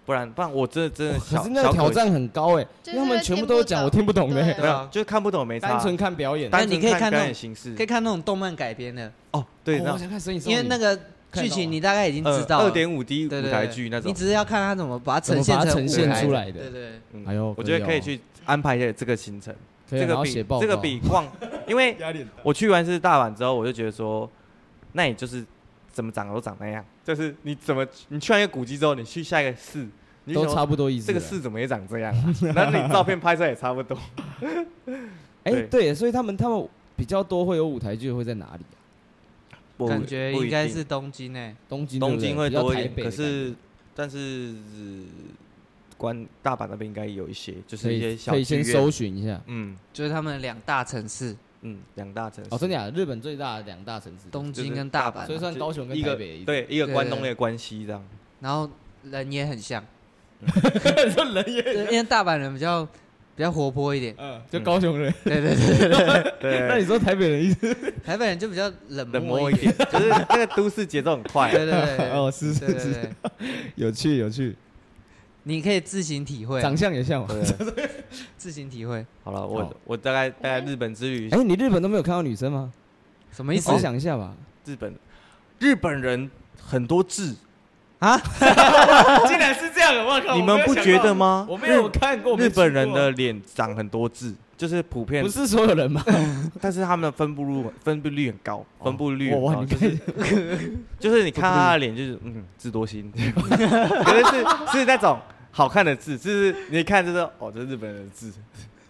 不然不然我真的真的 (laughs) 小
可是那个
小
挑
可惜
战很高哎，
就
因
是
为他们全部都讲我听不懂的
对
欸，
没有，就看不懂没差。
单纯看表演。
单
但你
纯
可以看
表
那
演
种
形式
可以看那种动漫改编的，
哦，对，
哦
那呃
我想看《神隐少女
因》，为那个
看
剧
到
情
了
你大概已经知道了，
二点五 D 舞
对对
台
对
剧那
你
种。
只是要看他怎么把它
怎
呈
么
现
把它
成
呈
舞
现
台
出来的
对对，
嗯
哎呦
我觉
可以
得可以
哦
去安排一下这个行程，
可以
这
啊然
个
后
比
写报告，
这个比逛，因为我去完是大阪之后，我就觉得说，那你就是怎么长都长那样，就是你怎么你去完一个古迹之后，你去下一个市，你就
都
想
差不多意啊思
这
了。
个市怎么也长这样、啊， (laughs) 然后你照片拍出来也差不多。
哎
对
对，所以他们他们比较多会有舞台剧会在哪里啊？
不
感觉
不一
应该
定
是东京欸诶，
东京
东京会
对不
多
对
一
比较台北
点，可
的感觉，
是但是、呃关大阪那边应该有一些，就是一些小
可以可以
剧
先
院
搜寻一下。
嗯
就是他们两大城市，
嗯，两大城市
哦，真的假的？日本最大的两大城市，
东
就是
京跟大
所以
阪啊，
算高雄跟
一
台
个
北的意思。
对一个
对
关
对
东
对
的关西这样。
然后人也很像，
(laughs) 这人也，
对因为大阪人比较比较活泼一点
嗯，就高雄人。
(laughs) 对对对对
(laughs) 那你
对，
说台北人意
(laughs)
思？
台北人就比较冷
冷
漠
漠
一
一
点，
点，就是那个都市节奏很快。啊
对对对对，
(laughs) 哦，是
对
是
对
是，
对，
有趣有趣，
你可以自行体会啊，
长相也像嘛。
对
自行体会，
好了，我
好
我大概大概日本之旅，
哎，你日本都没有看到女生吗？
什么意思
你？想一下吧。
日本日本人很多字，
竟然是这样的，我靠
你们不觉得？吗？日
看过
日本人的脸长很多字，就是普遍
不，是所有人
(laughs)
吧？
但是他们的分布率分布率很高，分布率很
哇
高，
你
就是
(laughs)
就是你看他的脸就是嗯智多星， (laughs) 可是是是那种好看的字，就是你一看就是哦这是日本人的字，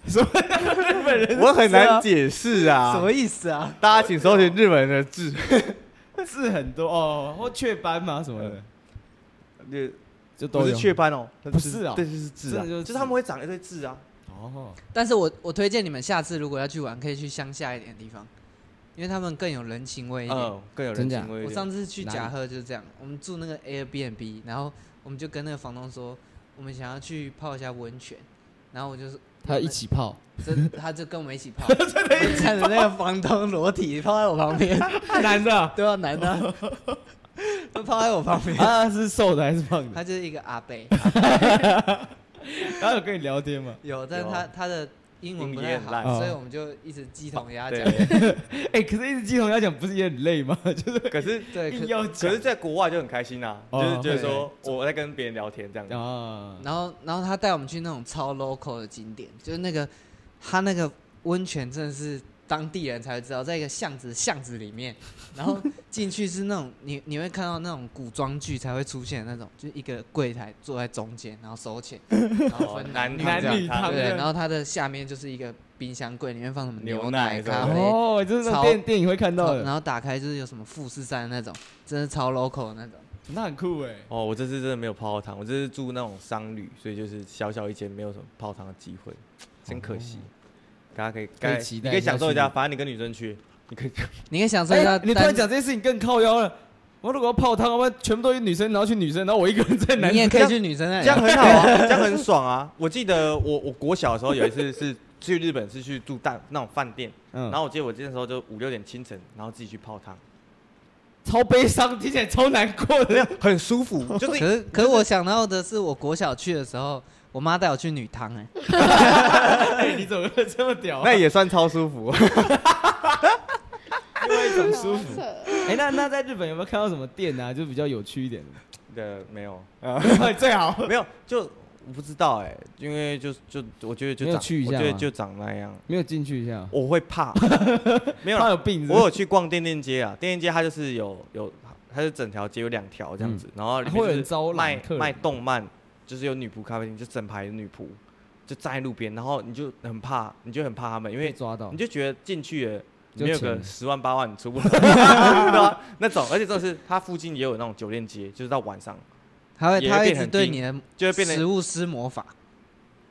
日本人
(laughs) 我很难解释啊
什。么意思啊？
大家请搜寻日本人的字，
字很多哦，或雀斑嘛什么的，就都
不是
有
雀斑哦，
不是啊
对，就是字
真
啊，
的就是
就
字
是他们会长一堆字啊。
哦，
但是我我推荐你们下次如果要去玩，可以去乡下一点的地方，因为他们更有人情味一点。
嗯，更有人
真假
情味一
我
点。
上次去
哪
甲
里
贺就是这样，我们住那个 Airbnb，然后我们就跟那个房东说，我们想要去泡一下温泉，然后我就说
他一，起
(laughs)
泡，
真他就跟我们一起
(laughs)
泡，我看着那个房东裸体泡在我旁边，
男的啊
对啊，男
(laughs)
的啊，都泡在我旁边，
(laughs) 啊，是瘦的还是胖的？
他就是一个阿伯，
他有跟你聊天吗？
有，但是
有
他他的英文不
英语也
太
很
好，
烂
所以我们就一直鸡同鸭
对
讲，，
(laughs) 哎，可是一直鸡同鸭讲，不是也很累吗？ (laughs) 就是
(laughs) 可是
对，可
硬要
可
讲
是在国外就很开心啊，就
哦
是觉得说我在跟别人聊天这样。
啊，
然后，然后他带我们去那种超 local 的景点，就是那个他那个温泉真的是当地人才会知道，在一个巷子巷子里面，然后进去是那种你你会看到那种古装剧才会出现的那种，就是一个柜台坐在中间，然后收钱，然后分
哦男
男
这样
女
他
汤
们
对，然后它的下面就是一个冰箱柜，里面放什么
牛
奶、
奶
咖
什
啡
么，
哦，就是那种
超
电电影会看
然
到
后
的，
然后打开就是有什么富士山的那种，真的超 local 的那种。
那很酷哎。
哦，我这次真的没有泡汤，我这次住那种商旅，所以就是小小一间，没有什么泡汤的机会，真可惜。大家可以，大家
期待
你可以享受一
一
下，
下
反正你跟女生去，你可以
你可以享受一
哎
下、
你突然讲这件事情更靠腰了。我如果要泡汤，我全部都是女生，然后去女生，然后我一个人在男
你也
生。(laughs)
可以去女生
这
那里
样
啊，
很好啊，这样很爽啊。我记得我我国小的时候有一次是去日本，是去住大那种饭店，
嗯
然后我记得我那时候就五六点清晨，然后自己去泡汤，
超悲伤，听起来超难过
没有
的。
很舒服，就是
可是可是我想到的是，我国小去的时候，我妈带我去女汤、哎，
哎，你怎么这么屌啊？
(laughs) 那也算超舒服。 (laughs)
另外一种舒
好
服
扯。
(laughs)
(laughs)
哎，那那在日本有没有看到什么店啊？就比较有趣一点
的没有，
的， (laughs) 最好。
没有，就我不知道哎、因为就就我觉得就
没有
长，
去一
我
下
觉得
吗
就长那样，
没有进去一下，
我会
(laughs)
怕，没有
他
啦。
有病是不
我
是。
有去逛电电街啊，电电街它就是有有，它是整条街有两条这样子，然后里面
嗯会有
就
人
是
招揽
卖
客人
卖动漫，就是有女仆咖啡厅，就整排的女仆就站在路边，然后你就很怕，你就很怕他们，因
被
为
抓到
你，就觉得进去了。
就
没有
钱
个
了
十万八万你
(laughs)
出不来， (laughs) 对啊，那种，而且这是它附近也有那种酒店街，就是到晚上
她会
也
她会一
变
直
很
对
低
你的
就会变得
食物施魔法，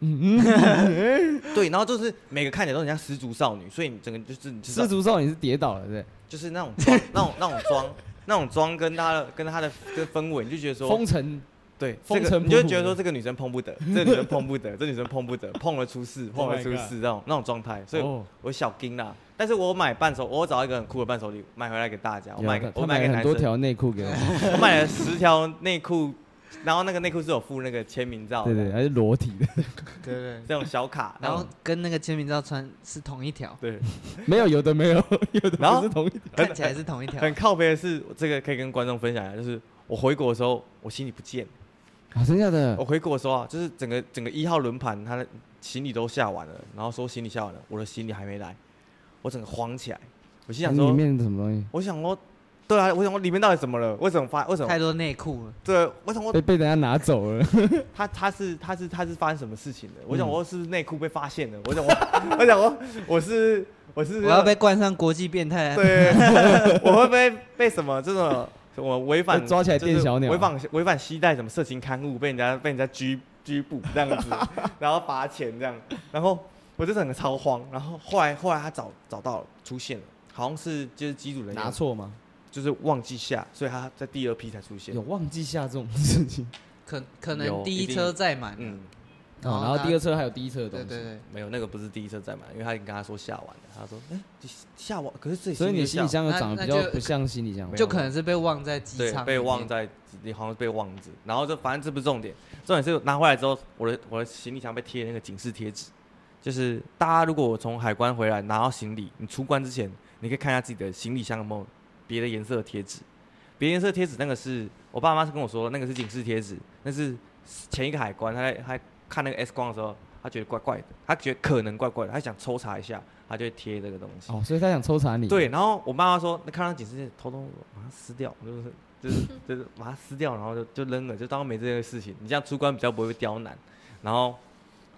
嗯嗯，
对，然后就是每个看起来都很像失足少女，所以你整个就是你知道
失足少女是跌倒了，对
就是那种妆， (laughs) 那种那种妆，那种妆跟她的跟她的跟氛围，你就觉得
不对，
说
风尘
对，
风
这个
尘
你就
仆仆
觉得
的
说这个女生碰不得，这个女生碰不得，这女生碰不得，碰了出事，碰
Oh
了
my
出
God
事那种那种状态，所以
哦
我小金啦。但是我买伴手，我找到一个很酷的伴手礼买回来给大家，我买
有
给
他
我
买了
给
很 (laughs)
男
多
(laughs) 生，
条内裤给我，
我买了十条内裤然后那个内裤是有附那个签名照的，
对对，还是裸体的，
对对。
这种小卡，
然后跟那个签名照穿是同一条，
对，
没有，有的没有，有的
然后
不是同一条。
看起来是同一条。
很靠背的是，这个可以跟观众分享一下，就是我回国的时候，我行李不见了。
啊，真的假
我
嗯
的？
回国的时候啊，就是整个整个一号轮盘，他的行李都下完了，然后说行李下完了，我的行李还没来，我整个慌起来，我心想
里
说，
面是什么东西？
我想说，对啊，我想说里面到底怎么了？为什么发？为什
太
么？
多内裤了，
对，为什么
被被人家拿走了，
他他是他是他是发生什么事情的？我
嗯
想我是不是内裤被发现了？我想 (laughs) 我我想我我是我是啊
我要被冠上国际变
(laughs)
态。
对，我会不会被什么这种我违反
被抓起来
就是
电小鸟
违反违反携带什么色情刊物，被人家被人家拘拘捕这样
(laughs)
子，然后罚钱这样，然后我就整个超慌，然后后来后来他找找到了，出现了，好像是就是机组人员
拿错 (laughs) 吗？
就是忘记下，所以他在第二批才出现
有。忘记下这种事情
可可
有
能第
一
一
定
车载满，啊
嗯，
哦，然后第二车还有第一车的东
对
西，
对对，
没有那个不是第一车载嘛，因为他已经跟他说下完了，他说哎、你下完，可是这里
所以你行李
行李就下
箱又
那
长得
那
比较
就
不像行李箱，
没有
就可能是被忘在机
对
场，
被忘。在你好像被忘记，然后就反正这不是重点，重点是拿回来之后，我的我的行李箱被贴那个警示贴纸，就是大家如果从海关回来拿到行李，你出关之前，你可以看一下自己的行李箱有没有别的颜色的贴纸，别的颜色的贴纸那个是我爸妈是跟我说那个是警示贴纸，那是前一个海关他在他看那个 X 光的时候，他觉得怪怪的，他觉得可能怪怪的，他想抽查一下，他就会贴这个东西。
哦，所以他想抽查
嗯
你，
对，，然后我妈妈说，那看到警示偷偷把它撕掉，就是
(laughs)
就是就是把它撕掉，然后就就扔了，就当没这件事情。你这样出关比较不会被刁难。然后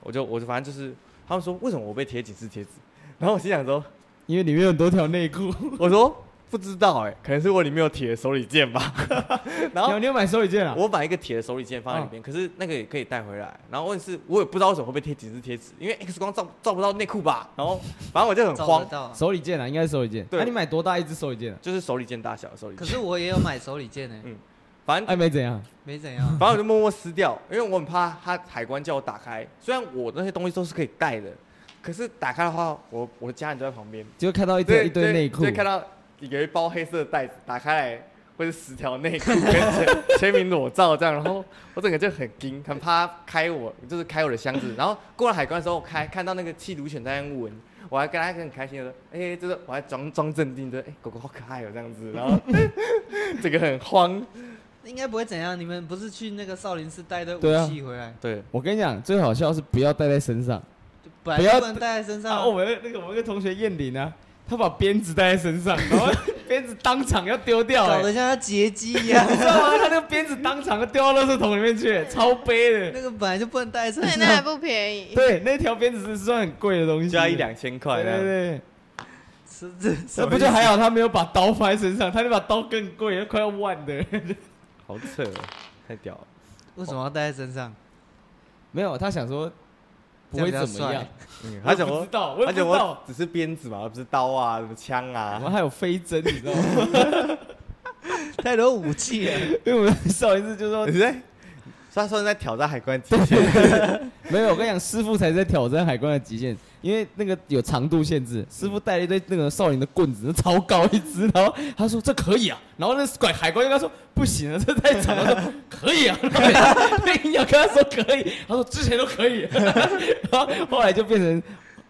我就我就反正就是他们说为什么我被贴警示贴纸，然后我心想说， (laughs)
因为里面有很多条内裤，
我说不知道哎、可能是我里面有铁的手里剑吧。 (laughs) 然后
有你有买手里剑啊？
我把一个铁的手里剑放在里
嗯
面，可是那个也可以带回来。然后问题是，我也不知道为什么会被贴警示贴纸，因为 X 光照照不到内裤吧。然后反正我就很
照
慌
得，到啊，
手里剑啊，应该是手里剑。
对
那、你买多大一只手里剑啊？
就是手里剑大小的手里
可
剑。
是我也有买手里剑呢，欸
反正
哎，没怎样，
没怎样。
反正我就默默撕掉，因为我很怕他海关叫我打开。虽然我那些东西都是可以带的，可是打开的话，我我的家人都在旁边，
结果看到一
所
堆
以
一堆内裤
所以，看到有一包黑色的袋子，打开来会是十条内裤跟签签名裸照这样，然后我整个就很惊，很怕他开我就是开我的箱子。然后过了海关的时候，我开看到那个气毒犬在那边闻。我还跟他很开心的说，哎、就是我还装装镇定，就哎、狗狗好可爱哦、这样子，然后整个很慌，
应该不会怎样。你们不是去那个少林寺带的武
对啊
器回来，
对，
我跟你讲，最好笑是不要带在身上。
本来就不能带在身上
啊，我
啊。
们那个我们那个同学燕玲啊，她把鞭子带在身上，然 (laughs) 后鞭子当场要丢掉、
搞
欸，
得像要劫机一
(laughs)
样，
你知道吗？她那个鞭子当场就丢到垃圾桶里面去，欸超悲的。
那个本来就不能带在
对，
身
那还
上，
不便宜。
对，那条鞭子是算很贵的东西，
加一两千块
对
这
对
样。
对，
是这
那不就还好，他没有把刀放在身上，他就把刀更贵，快要万的。
好扯哦，太屌了！
为什么要带在身上？
(laughs) 没有，他想说不会怎么样，
嗯，
我
他
也
想
不
说
知，道，我也不
他
知
想说
道，
只是鞭子嘛，而不是刀啊，什么枪
我们
啊。
还有飞针，你知道
(laughs)
吗？
太多武
(laughs)
器了，
因为我们上一次就
(laughs)
说
你在，他算是在挑战海关极限。
没有，我跟你讲，师傅才是在挑战海关的极限，因为那个有长度限制。师傅带了一堆那个少林的棍子，超高一支，然后他说这可以啊，然后那拐海关就跟他说不行啊，这太长了，他说可以啊，然后他硬要跟他说可以，他说之前都可以，然后后来就变成。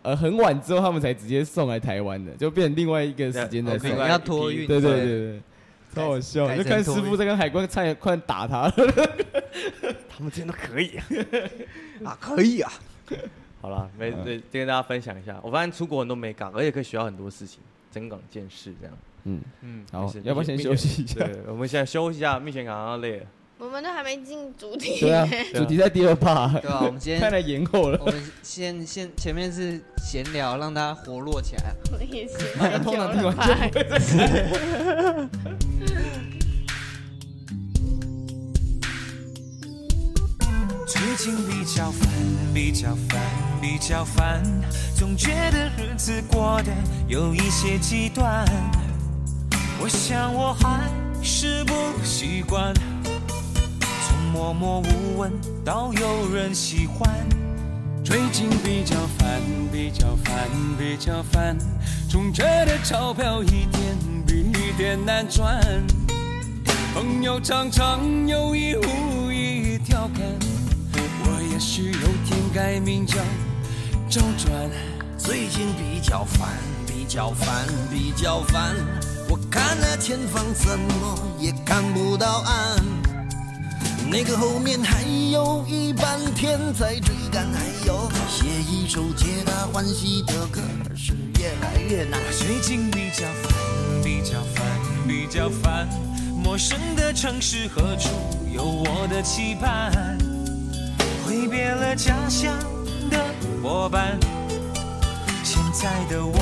呃，很晚之后他们才直接送来台湾的，就变成另外一个时间再
对
送。
另外一批
要托运。
对对对对，超好笑，
改
就
成
看师
托运
傅在跟海关差点快打他。
他们今天都可以。 (laughs)
啊，可以啊。
好了，没对，就跟大家分享一下。我发现出国人都没港，而且可以学到很多事情，增广见识这样。
嗯，
嗯，
好
没事，
要不要先休息一下？
对，我们现在休息一下，蜜雪港要累了。
我们都还没进主题。
对啊，
对啊
主题在第二趴，
对啊，我们今
看
天
来延后了。
我们先先前面是闲聊，让大家活络起来。
(laughs)
啊
我
(laughs)
也是。 (laughs)
通常听完就不会再
最近比较烦，比较烦，比较烦，总觉得日子过得有一些极端。我想我还是不习惯，从默默无闻到有人喜欢。最近比较烦，比较烦，比较烦，总觉得钞票一点比一点难赚。朋友常常有意无意调侃，我也许有天改名叫周转。
最近比较烦，比较烦，比较烦。我看了前方怎么也看不到岸，那个后面还有一半天在追赶，还有写一首皆大欢喜的歌是越来越难。
最近比较烦，比较烦，比较烦。陌生的城市，何处有我的期盼？挥别了家乡的伙伴，现在的我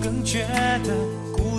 更觉得孤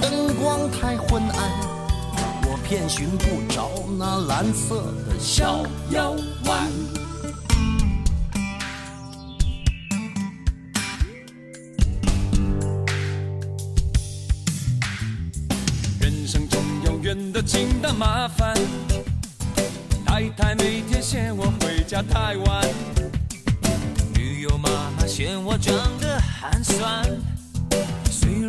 灯光太昏暗，我遍寻不着那蓝色的小药丸。
人生中永远都经到麻烦，太太每天嫌我回家太晚，女友妈妈嫌我长得寒酸。虽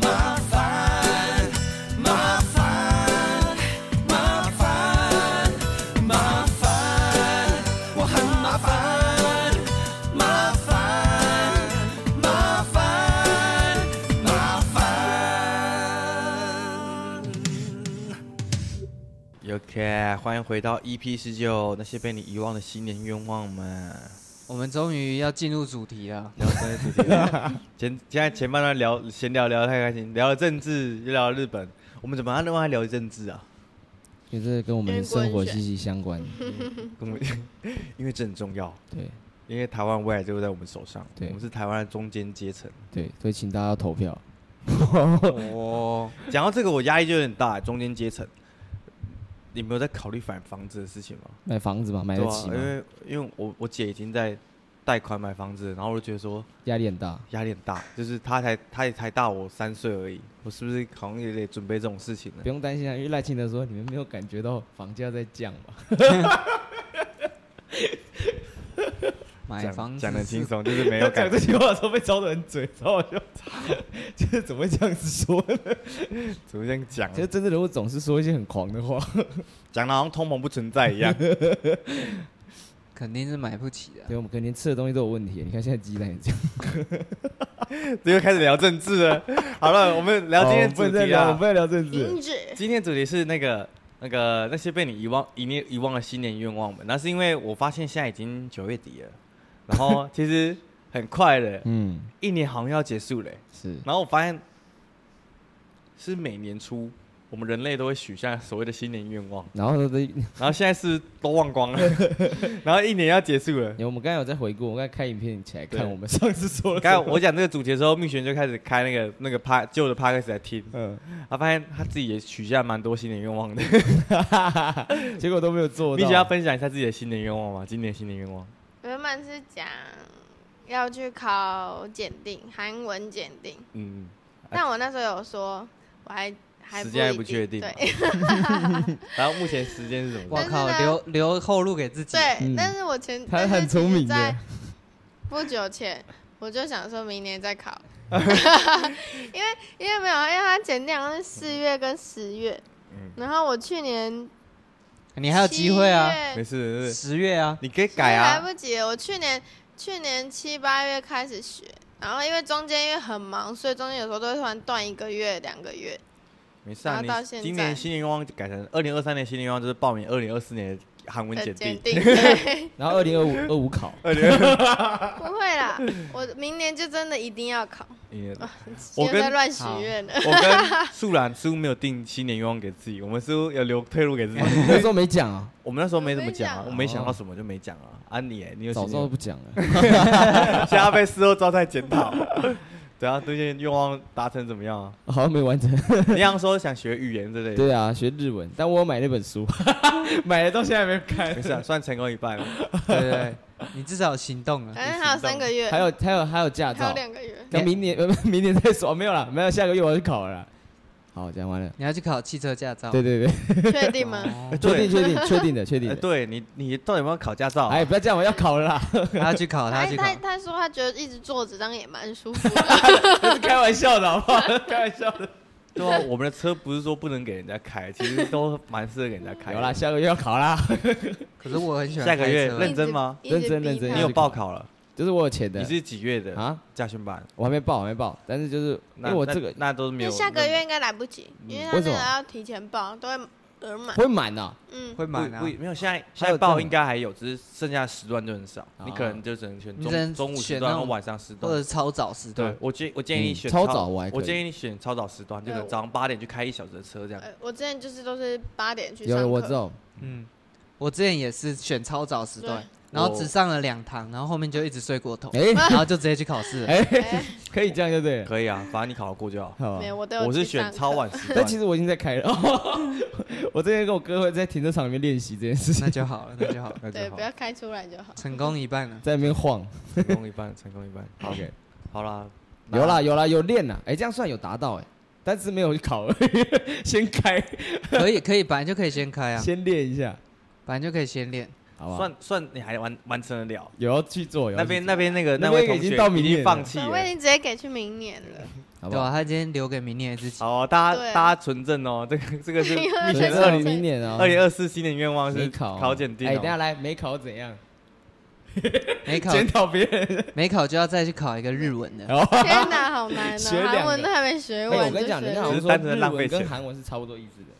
麻烦，麻烦，麻烦，麻烦，我很麻烦，麻烦，麻烦，麻烦。
OK，欢迎回到 EP 十九，那些被你遗忘的新年愿望们。
我们终于要进入主题了。
聊专业主题了，前现在前半段聊闲聊聊得太开心，聊了政治又聊了日本，我们怎么还另外聊政治啊？
因为这跟我们生活息息相关。嗯
跟我们 (laughs) 因为这很重要，
对
因为台湾未来就在我们手上，我
对
们是台湾的中间阶层。
对，所以请大家要投票。
哦，讲到这个，我压力就有点大，中间阶层。你没有在考虑买房子的事情吗？
买房子嘛，买得
对啊
起嘛，
因为因为我我姐已经在贷款买房子，然后我就觉得说
压力很大。
压力很大，就是她才她也才大我三岁而已，我是不是好像也得准备这种事情呢
不？用担心啊，因为赖清德说你们没有感觉到房价在降嘛。
买
讲
房子
讲的轻
是
松，就是没有感
讲
觉
这。句话的时候被招的很嘴，超好笑。就是怎么会这样子说呢？
怎么这样讲啊
其？实真正人物总是说一些很狂的话。
讲的好像通膨不存在一样。
肯定是买不起的。
(laughs) 对，我们可能连吃的东西都有问题。你看现在鸡蛋也这样。
这又开始聊政治了。 (laughs) 好了，我们聊今天
哦不
主
能再
题
聊，我们
啊
不。能聊
(laughs)
政治。
银纸，
今天主题是那个那个那些被你遗忘、遗念、遗忘的新年愿望们。那是因为我发现现在已经九月底了，然后其实很快的，
嗯，
一年好像要结束了欸。
是
然后我发现是每年初。我们人类都会许下所谓的新年愿望，
然后呢，
然后现在是不是都忘光了， (laughs) 然后一年要结束了，
我们刚才有在回顾，我刚才开影片起来看
对
我们上次说了什
刚才
么。
我讲这个主题的时候，蜜璇就开始开那个那个趴旧的 p a 开始来听，
(laughs) 嗯，
他发现他自己也许下蛮多新年愿望的。
结果都没有做
蜜璇要
到。
分享一下自己的新年愿望吗？今年新年愿望？
原本是讲要去考检定，韩文检定，
嗯，
但我那时候有说，我还还
时间还
一
不确定啊
对 (laughs)
然后目前时间是什么
我
时
哇
候？
靠，
但是呢
留留后路给自己。
对
嗯，
但是我前
他
但是
很
其实
聪明的
在不久前我就想说明年
(laughs)
再考，因为因为没有，啊因为他前两个是四月跟十月，
嗯
然后我去年
你还有机会啊，
七
没
月
事没事，
十月
(laughs)
啊，
你可以改
来
啊。
不及了，我去年去年七八月开始学，然后因为中间因为很忙，所以中间有时候都会突然断一个月、两个月。
没事啊，
然后到
你
现在
今年新年愿望改成二零二三年新年愿望就是报名二零二四年韩文检定。
呃定，对
然后二零二五 (laughs) 二五考，
二零二
不会啦，我明年就真的一定要考，
一年，我
现
跟
在乱许愿了。
我跟素兰似乎没有定新年愿望给自己，我们似乎有留退路给自己。
(laughs) 那时候没讲啊，
我们那时候没怎么讲啊
我没讲，
我没想到什么就没讲啊。啊你欸，你有
早知道
新
不讲了。 (laughs)
年现在被事后招待检讨。对啊，最近愿望达成怎么样啊？
好像没完成。
你刚刚说想学语言之类的，
对啊，学日文，但我有买那本书， (laughs) 买了到现在还没看
没事啊，算成功一半了。
对对对，你至少有行动了。
反正嗯还有三个
(laughs)
月，
还有还有还有驾
还有
照，
两个月，
那明年 (laughs) 明年再说，没有了，没有，下个月我要去考了啦。好，讲完了。
你要去考汽车驾照。
对对对，
确定吗？
哦
确定确 (laughs) 定确定的确定
哎，
的。
对你，你到底有没有考驾照啊？
哎，不要这样，我要考了啦，
他要去考，他
他
要去考
他。他说他觉得一直坐着这样也蛮舒服的，
这 (laughs) 是开玩笑的好不好？ (laughs) 开玩笑的。
对啊，我们的车不是说不能给人家开，其实都蛮适合给人家开的。
有啦，下个月要考啦，
可是我很喜欢
下个
开
月
车
认真吗
一直
认真
逼
认真
他
你有报考了？
就是我有钱的
你是几月的
啊，
驾训班？
我还没报，我还没报，但是就是因
那
为我
那
这个
那都是没有。
那下个月应该来不及，因为他
为
那
什
个
么
要提前报，都会额满。
会满呐，
嗯，
会
不
满啊
不，，没有，现在
还
现
有
在报
这
应该还有，只是剩下时段就很少，你可
哦
能就只能选
你只能
中中午时
选
段
那
或
种
晚上时
或者
段。
超早时
对
段。，
我建我建
嗯
议你选
超早我还可以
建议你选超早时段，就可能
对
早上八点去开一小时的车这样。
呃我之前就是都是八点去上
有
课，
我知道，
嗯，我之前也是选超早时段
对，
然后
我
只上了两堂，然后后面就一直睡过头，
哎
然后就直接去考试了。
哎，
(laughs) 哎
可以这样就对了，
啊可以啊，反正你考得过就好。
好
没有，我都有
我是
去上
选
课
超，晚时
(laughs) 但
段，
其实我已经在开了， (laughs) 我之前跟我哥会在停车场里面练习这件事情
那，就好了，那就好了，
那
对，
就好
不，要开出来就好。
成功一半了。
在那边晃。
成功一半，成功一半。好，
OK，
好啦，
有啦有啦有练啦，哎，这样算有达到哎，但是没有去考而已，先开
可以可以，本来就可以先开啊，
先练一下，
本来就可以先练。
好啊不好？
算算你还完完成得了。
有要去做，有要
那
去
边
做
那边那个
那
位
边
同
已
学
经到明
已
年了
经放弃
对我已
了。
经直接给去明年了，
好不
对啊，
好？
他今天留给明年的自己。
好啊，大
对
家
啊
大家纯正哦，这个这
(laughs)
个是
因为
以
所以这
前
这个
二
个
零
明年啊，
二零二四新年愿望
没
是
考啊
考检定
哎，等一下
哦。
来没考怎样？
没考
检讨别人。
(laughs)
没考就要再去考一个日文的，
然后
(laughs) 天哪，好难哦
学，两个
韩文都还没学
哎
完。
我跟你讲，
就
人
学
家
了
好像
只是
说
单
日
纯地浪费
文跟
钱
韩文是差不多意思的，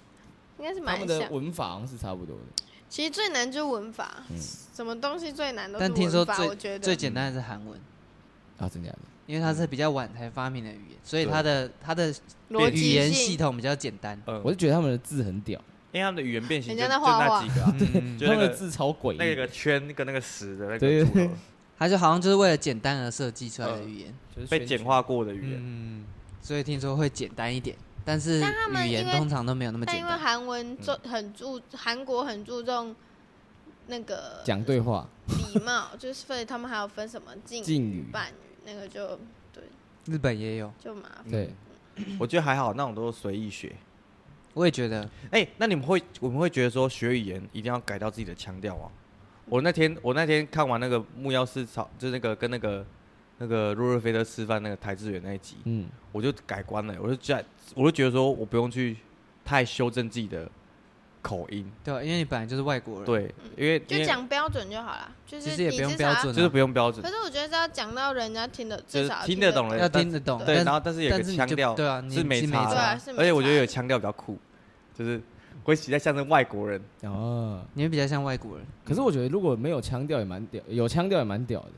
应该是
他
蛮
们
像
的。文法好像是差不多的。
其实最难就是文法，什么东西最难都是
但听说
文法。我觉
最最
得
简单的是韩文，
啊，真假的？
因为它是比较晚才发明的语言，所以
对
它的它的
逻
语言
辑
系
性，
统比较简单。
嗯
我就觉得他们的字很屌，
因为他们的语言变形
人
就
家
就
在画
那
画
几个啊，
嗯，
就
他
那
们的
个
字超诡异。
那个圈跟那个十的那
对
个组合
它就好像就是为了简单而设计出来的
嗯
语言。
就是
被简化过的语言，
嗯，所以听说会简单一点，但是
但他们
语言
因为
通常都没有那么
但
简
因为
单。
韩文注很注韩国很注重那个
讲对话，
礼貌， (laughs) 就是所以他们还有分什么敬
敬语
伴语，那个就对
日本也有，
就麻
嗯
烦。
对，
我觉得还好，那种都是随意学。
我也觉得
哎、那你们会我们会觉得说学语言一定要改掉自己的腔调吗？我那天我那天看完那个木曜市草，就是那个跟那个那个洛瑞菲特吃饭那个台志远那一集，
嗯，
我就改观了，我就觉得我就觉得说我不用去太修正自己的口音，
对啊，因为你本来就是外国人，，
对，因为因
就
为
讲标准就好啦，就
其
是
实也
你
不用
至
标
少要。
准、啊，
就是不用标准
可，是我觉得是要讲到人家听得
就
至
是
少
听
得
得懂了，
人，
要
但
听得懂，
对，
但
然后但是有
但
个
是你
腔
就
调，
对啊，你
是没
你
差
对
的
啊，
差，
是没
而且我觉得
差
有腔调比较酷，就是会比较像是外国人。
哦。
你会比较像外国人，
可是我觉得如果没有腔调也蛮屌，有腔调也蛮屌的。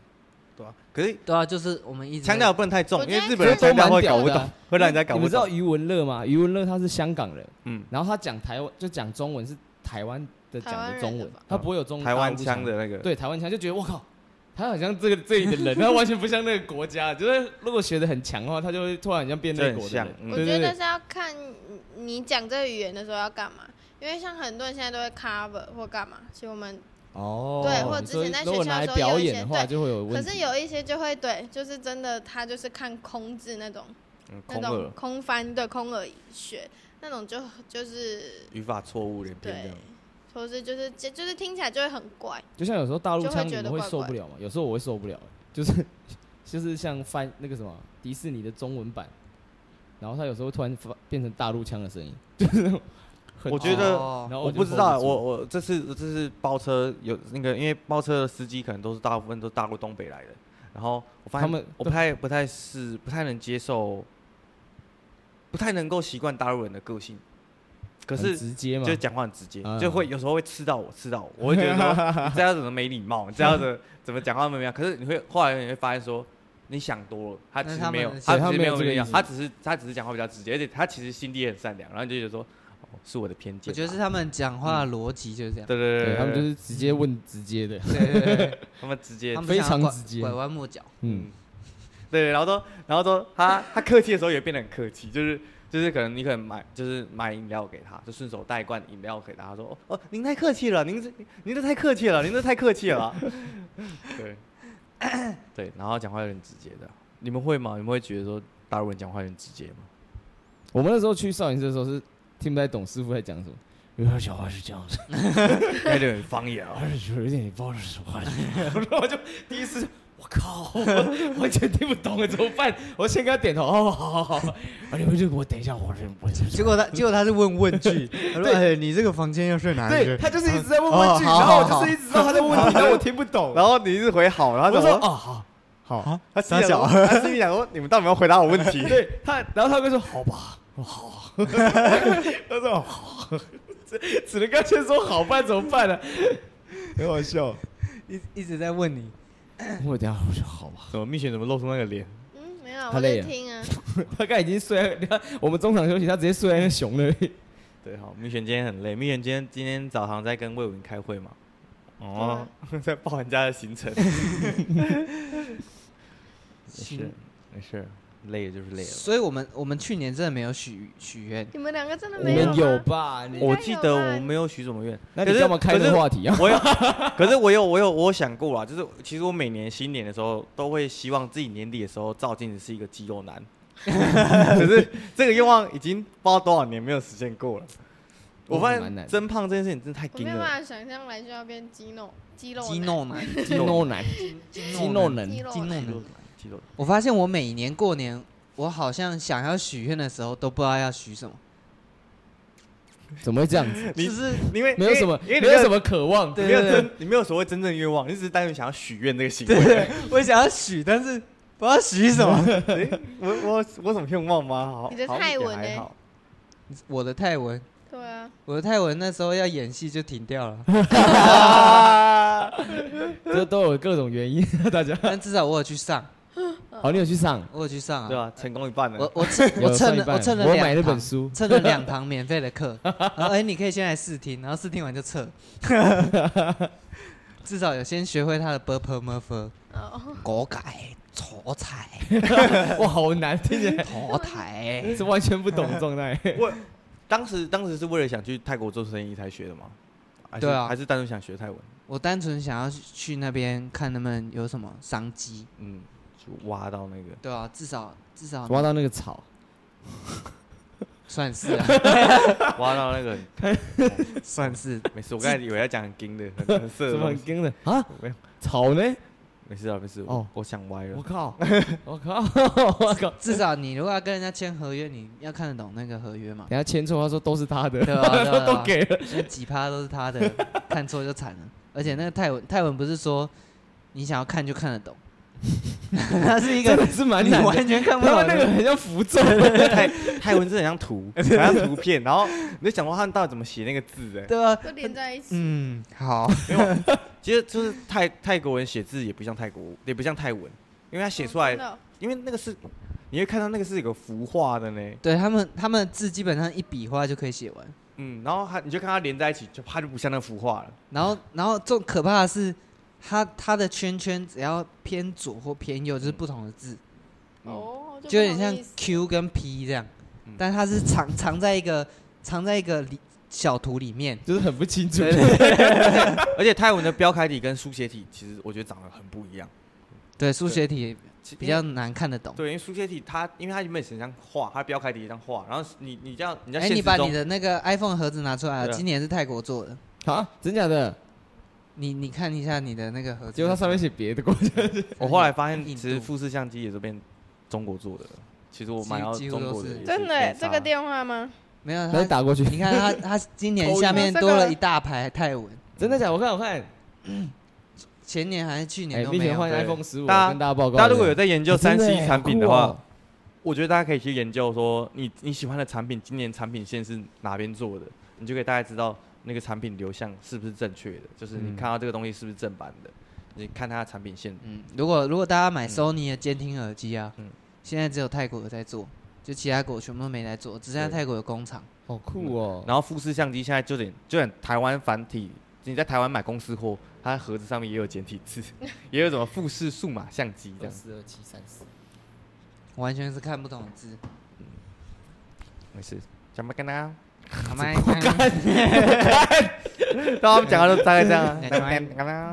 对啊，可是
对啊，就是我们一直
腔调不能太重
我，
因
觉得
为日本人腔调会搞不
都蛮屌的
懂
啊，
会让人家搞
你
不
们知道
懂。
余文乐吗？余文乐他是香港人，
嗯，
然后他讲台湾就讲中文是台湾的讲
台湾
的
人
中
的
文
吧，
他不会有中
台湾
腔
腔的那个，
对台湾腔就觉得我靠，他好像这个这里的人，他完全不像那个国家。就是如果学的很强的话，他就会突然很像变那个国
就
的
很
人
像。嗯
我
对
觉
对对
得，是要看你你讲这个语言的时候要干嘛，因为像很多人现在都会 cover 或干嘛，其实我们
哦，
对或者
你
之
说
前在
如
学
果
校
拿来
的时候
表
有一
演
些
的话，
对
就会有问
可
题。
是有一些就会对，就是真的他就是看空字那种
嗯
那
空
种
耳、
空翻对空耳学那种就就是
语法错误哦连篇这
对
样。，
或是就是就就是听起来就会很怪，
就像有时候大陆
就会
腔你
觉得
们会
怪
受
怪
不了嘛，有时候我会受不了，就是就是像翻那个什么迪士尼的中文版，然后他有时候突然发变成大陆腔的声音，就是那种很
我觉得
然
哦
后
我
就
不知道，啊
受
我
住
我这次这次包车有那个，因为包车的司机可能都是大部分都是大陆东北来的，然后我发现
他们
我不太不太是不太能接受，不太能够习惯大陆人的个性可
很
是
直接嘛，
就讲话很直接，
嗯
就会有时候会刺到我，刺到我，我会觉得说
(laughs)
你这样怎么没礼貌，你这样子怎么讲话没礼貌？可是你会后来你会发现说你想多了，他其
那
实
他们
没有
的，
对
其
他
实
没有
有
这个
礼貌
意，思
他只是他只是讲话比较直接，而且他其实心地也很善良，然后你就觉得说哦是我的偏见吧，
我觉得是他们讲话的逻辑就是这样，
对对
对
对，
他们就是直
嗯
接问直接的，
对对对对，
(laughs)
他们直接
他们
非
不想要
常
拐
直接
拐弯抹角，
嗯，
对，然后都，然后都，他他客气的时候也变得很客气，就是就是可能你可能买就是买饮料给他，就顺手带一罐饮料给他，他说哦哦，您太客气了，您这您这太客气了，您这太客气 (laughs) 了，对对，然后讲话有点直接的，你们会吗？你们会觉得说大陆人讲话有点直接吗？
我们那时候去少林寺的时候是听不太懂师傅在讲什么， (laughs) 有些小孩是这样子，
有点方言啊，
有一点不知道是什么，
我就第一次
我靠，我完全听不懂了，怎么办？我先跟他点头，哦，好好好 (laughs) 好，啊，你们就给我等一下，我这
(laughs)
我这
结果他结果他是问问
(laughs)
句，他说：“哎，你这个房间要睡哪里？”
对他就是一直在问
哦
问句，
好
然后
好
我就是一直知道他在问题，但我听不懂。
(laughs) 然后你一直回好，然后
我就
他
说
说
哦，好，
哦，他心里想说，他心里想说你们到底有没有回答我问 (laughs) 题？
对他，然后他会说好吧，我好 (laughs) 啊，他说哦好啊，只只能跟他先说好，不然怎么办呢？
很好笑。
(laughs) 一一直在问你，
我等一下我说好吧，
怎么蜜雪怎么露出那个脸？
嗯，没有啊，
他
我
累
在
了
听啊。
他刚才已经睡在，他我们中场休息，他直接睡在那个熊那里。
对，好，蜜璇今天很累，蜜璇今天今天早上在跟魏文开会嘛， (laughs)
嗯
哦，在报人家的行程，没事
行
(laughs) 没事，累了就是累了。
所以我们我们去年真的没有许许愿，
你们两个真的
我
没有啊吗
们有吧？你
我
应该
记
有
得
吧
我没有许什么愿，
那
可
你
是
干嘛开
可
这
是
个话题啊？
(laughs) 我有，可是我有，我有，我有想过啦，啊就是其实我每年新年的时候，都会希望自己年底的时候照镜子是一个肌肉
(laughs)
男，可是这个愿望已经不知道多少年没有实现过了。我发
蛮难的
现增胖这件事情真的太
我
惊
没有
了，
办法想象来就要变肌肉肌肉
激
男
怒男，
肌肉男，肌肉男
肌，
激
肉
怒
男
肌肉
男
男。，肌肉男。
我发现我每年过年，我好像想要许愿的时候都不知道要许什么，
怎么会这样子？
你
就是
因为
没有什么，
因为
没
因为你
有什么渴望。
你
对
没有
对对
真，你没有所谓真正愿望，你只是单纯想要许愿这个行
对
为。
对，我想要许，但是不知道许什么。
我我我有什么愿望吗？好，
你的
好像
泰
也
文
还
呢
好
(laughs) 我的泰文，
对啊，
我的泰文那时候要演戏就停掉 (laughs) 了，
(laughs) 这都有各种原因， (laughs) 大家。
但至少我有去上，
嗯
好，你有去上？ (laughs)
我有去上
对
啊。
啊，成功一半
我
了。
我蹭我
有
蹭
上一
了
半
我蹭了
我
两
买那
堂
本书
蹭了两 (laughs) 堂免费的课，然后哎，你可以先来试听，然后试听完就 (laughs) 撤。至少有先学会他的 b u r p l e m u r p l e
哦，
果改、错彩、
哇，好难，听起来 (laughs)
驼台。
是完全不懂的状态。
我当时当时是为了想去泰国做生意才学的吗？还是
对啊
还是单纯想学泰文。
我单纯想要去那边看他们有什么商机，
嗯，就挖到那个。
对啊，至少至少
挖到那个草，
算
(laughs)
是啊，
挖到那个，
算是
没事，我刚才以为要讲很硬的，很很色
怎
的
么
东
很
西，
跟的啊
没有？
草呢？
没事啊，没事。
哦
哦，我想歪
我
了。
靠！我靠！我靠！
至少你如果要跟人家签合约，你要看得懂那个合约
(laughs)
嘛
等，下签错，他说都是他的，
对啊对啊对
(laughs)
啊
都给了。
那几趴都是他的，看错就惨了。而且那个泰文泰文不是说你想要看就看得懂， (laughs) 它是一
真
个
的是蛮
你
难的，
完全看不
他
懂
们那个
的。
很像符咒，
泰泰文真的很像图，很像图片，然后你就想说他们到底怎么写那个字哎。
对啊，
(laughs) 都连在一起。
嗯，好，
其实就是泰泰国人写字也不像泰国，也不像泰文，因为他写出
哦
来
真，的哦
因为那个是你会看到那个是有个符画的呢，
对他们他们的字基本上一笔画就可以写完。
嗯，然后它你就看它连在一起，就它就不像那幅画了，
然后，然后最可怕的是，它它的圈圈只要偏左或偏右就是不同的字，
哦，
就有点
不同
像
意思
Q 跟 P 这样
嗯，
但它是藏藏在一个藏在一个里小图里面。
(laughs) 就是很不清楚。
对
(laughs)
对对
而且泰文的标楷体跟书写体其实我觉得长得很不一样，
对，数学题
其
比较难看得懂。
对，因为书写体它因为它原本很像画，它标楷体也像画，然后你你这样你在
哎，
现
你
实
把
中
你的那个 iPhone 盒子拿出来
对
了，
啊
今年是泰国做的，
啊，真假的？
你你看一下你的那个盒子。
结果它上面写别的国家，
我后来发现
印
其
度
实富士相机也是变中国做的了，其实我买
几
到
几乎都
中国的
是
也是
真的耶
没差
这个电话吗？
没有
然后
它，
打过
(laughs)
去，
你看它它今年
口音
下面多
这
了
个
一大排泰文，
真的假的？我看我看，
前年还是去年
哎，
都
并
没
且
有
换。iPhone 十五，
大家
跟大家报告一下。
大家如果有在研究
哎
三
真的
C
耶
产品
好
的
酷
话，
哦
我觉得大家可以去研究说你你喜欢的产品，今年产品线是哪边做的，你就可以大概知道那个产品流向是不是正确的，就是你
嗯
看到这个东西是不是正版的，你看它的产品线。
嗯，如果如果大家买 Sony 的监听耳机啊，
嗯
现在只有泰国有在做，就其他国全部都没在做，只剩下
对
泰国有工厂。
好酷哦。
然后富士相机现在就连就连台湾繁体，你在台湾买公司货，它盒子上面也有简体字， (laughs) 也有什么富士数码相机
哦
这样。
四二七三四，
完全是看不懂的字。
没事，讲吧跟大家，
好吗？看
到啊他们讲的都大概这
(laughs)
样啊 (laughs)
哎
讲吧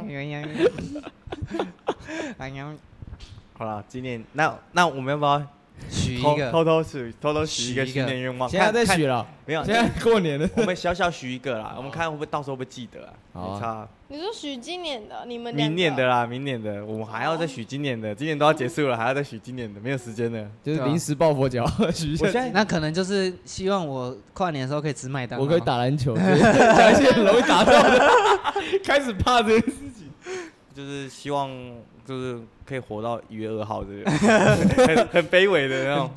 跟大家。
哎呀，
好了，今年那那我们要不要
许一
偷
个
偷偷许偷偷许一个
许一个
新年愿望？
(laughs) 现在
看
在许了，
没有
现，在哦过年了。
我们小小许一个啦，我们看会不会到时候会不会记得啊？
好啊
没差啊，
你说许今年的，你们两
明
个
年的啦，明年的，我们还要再许今年的，今年都要结束了，还要再许今年的，没有时间了。
就是临时抱佛脚， (laughs) 许一下
我现在
那可能就是希望我跨年的时候可以只买单。
我可以，打篮球，就是讲一些很 (laughs) 容易打到的， (laughs) 开始怕这件事
就是希望就是可以活到一月二号这个， (laughs) 很很卑微的那种。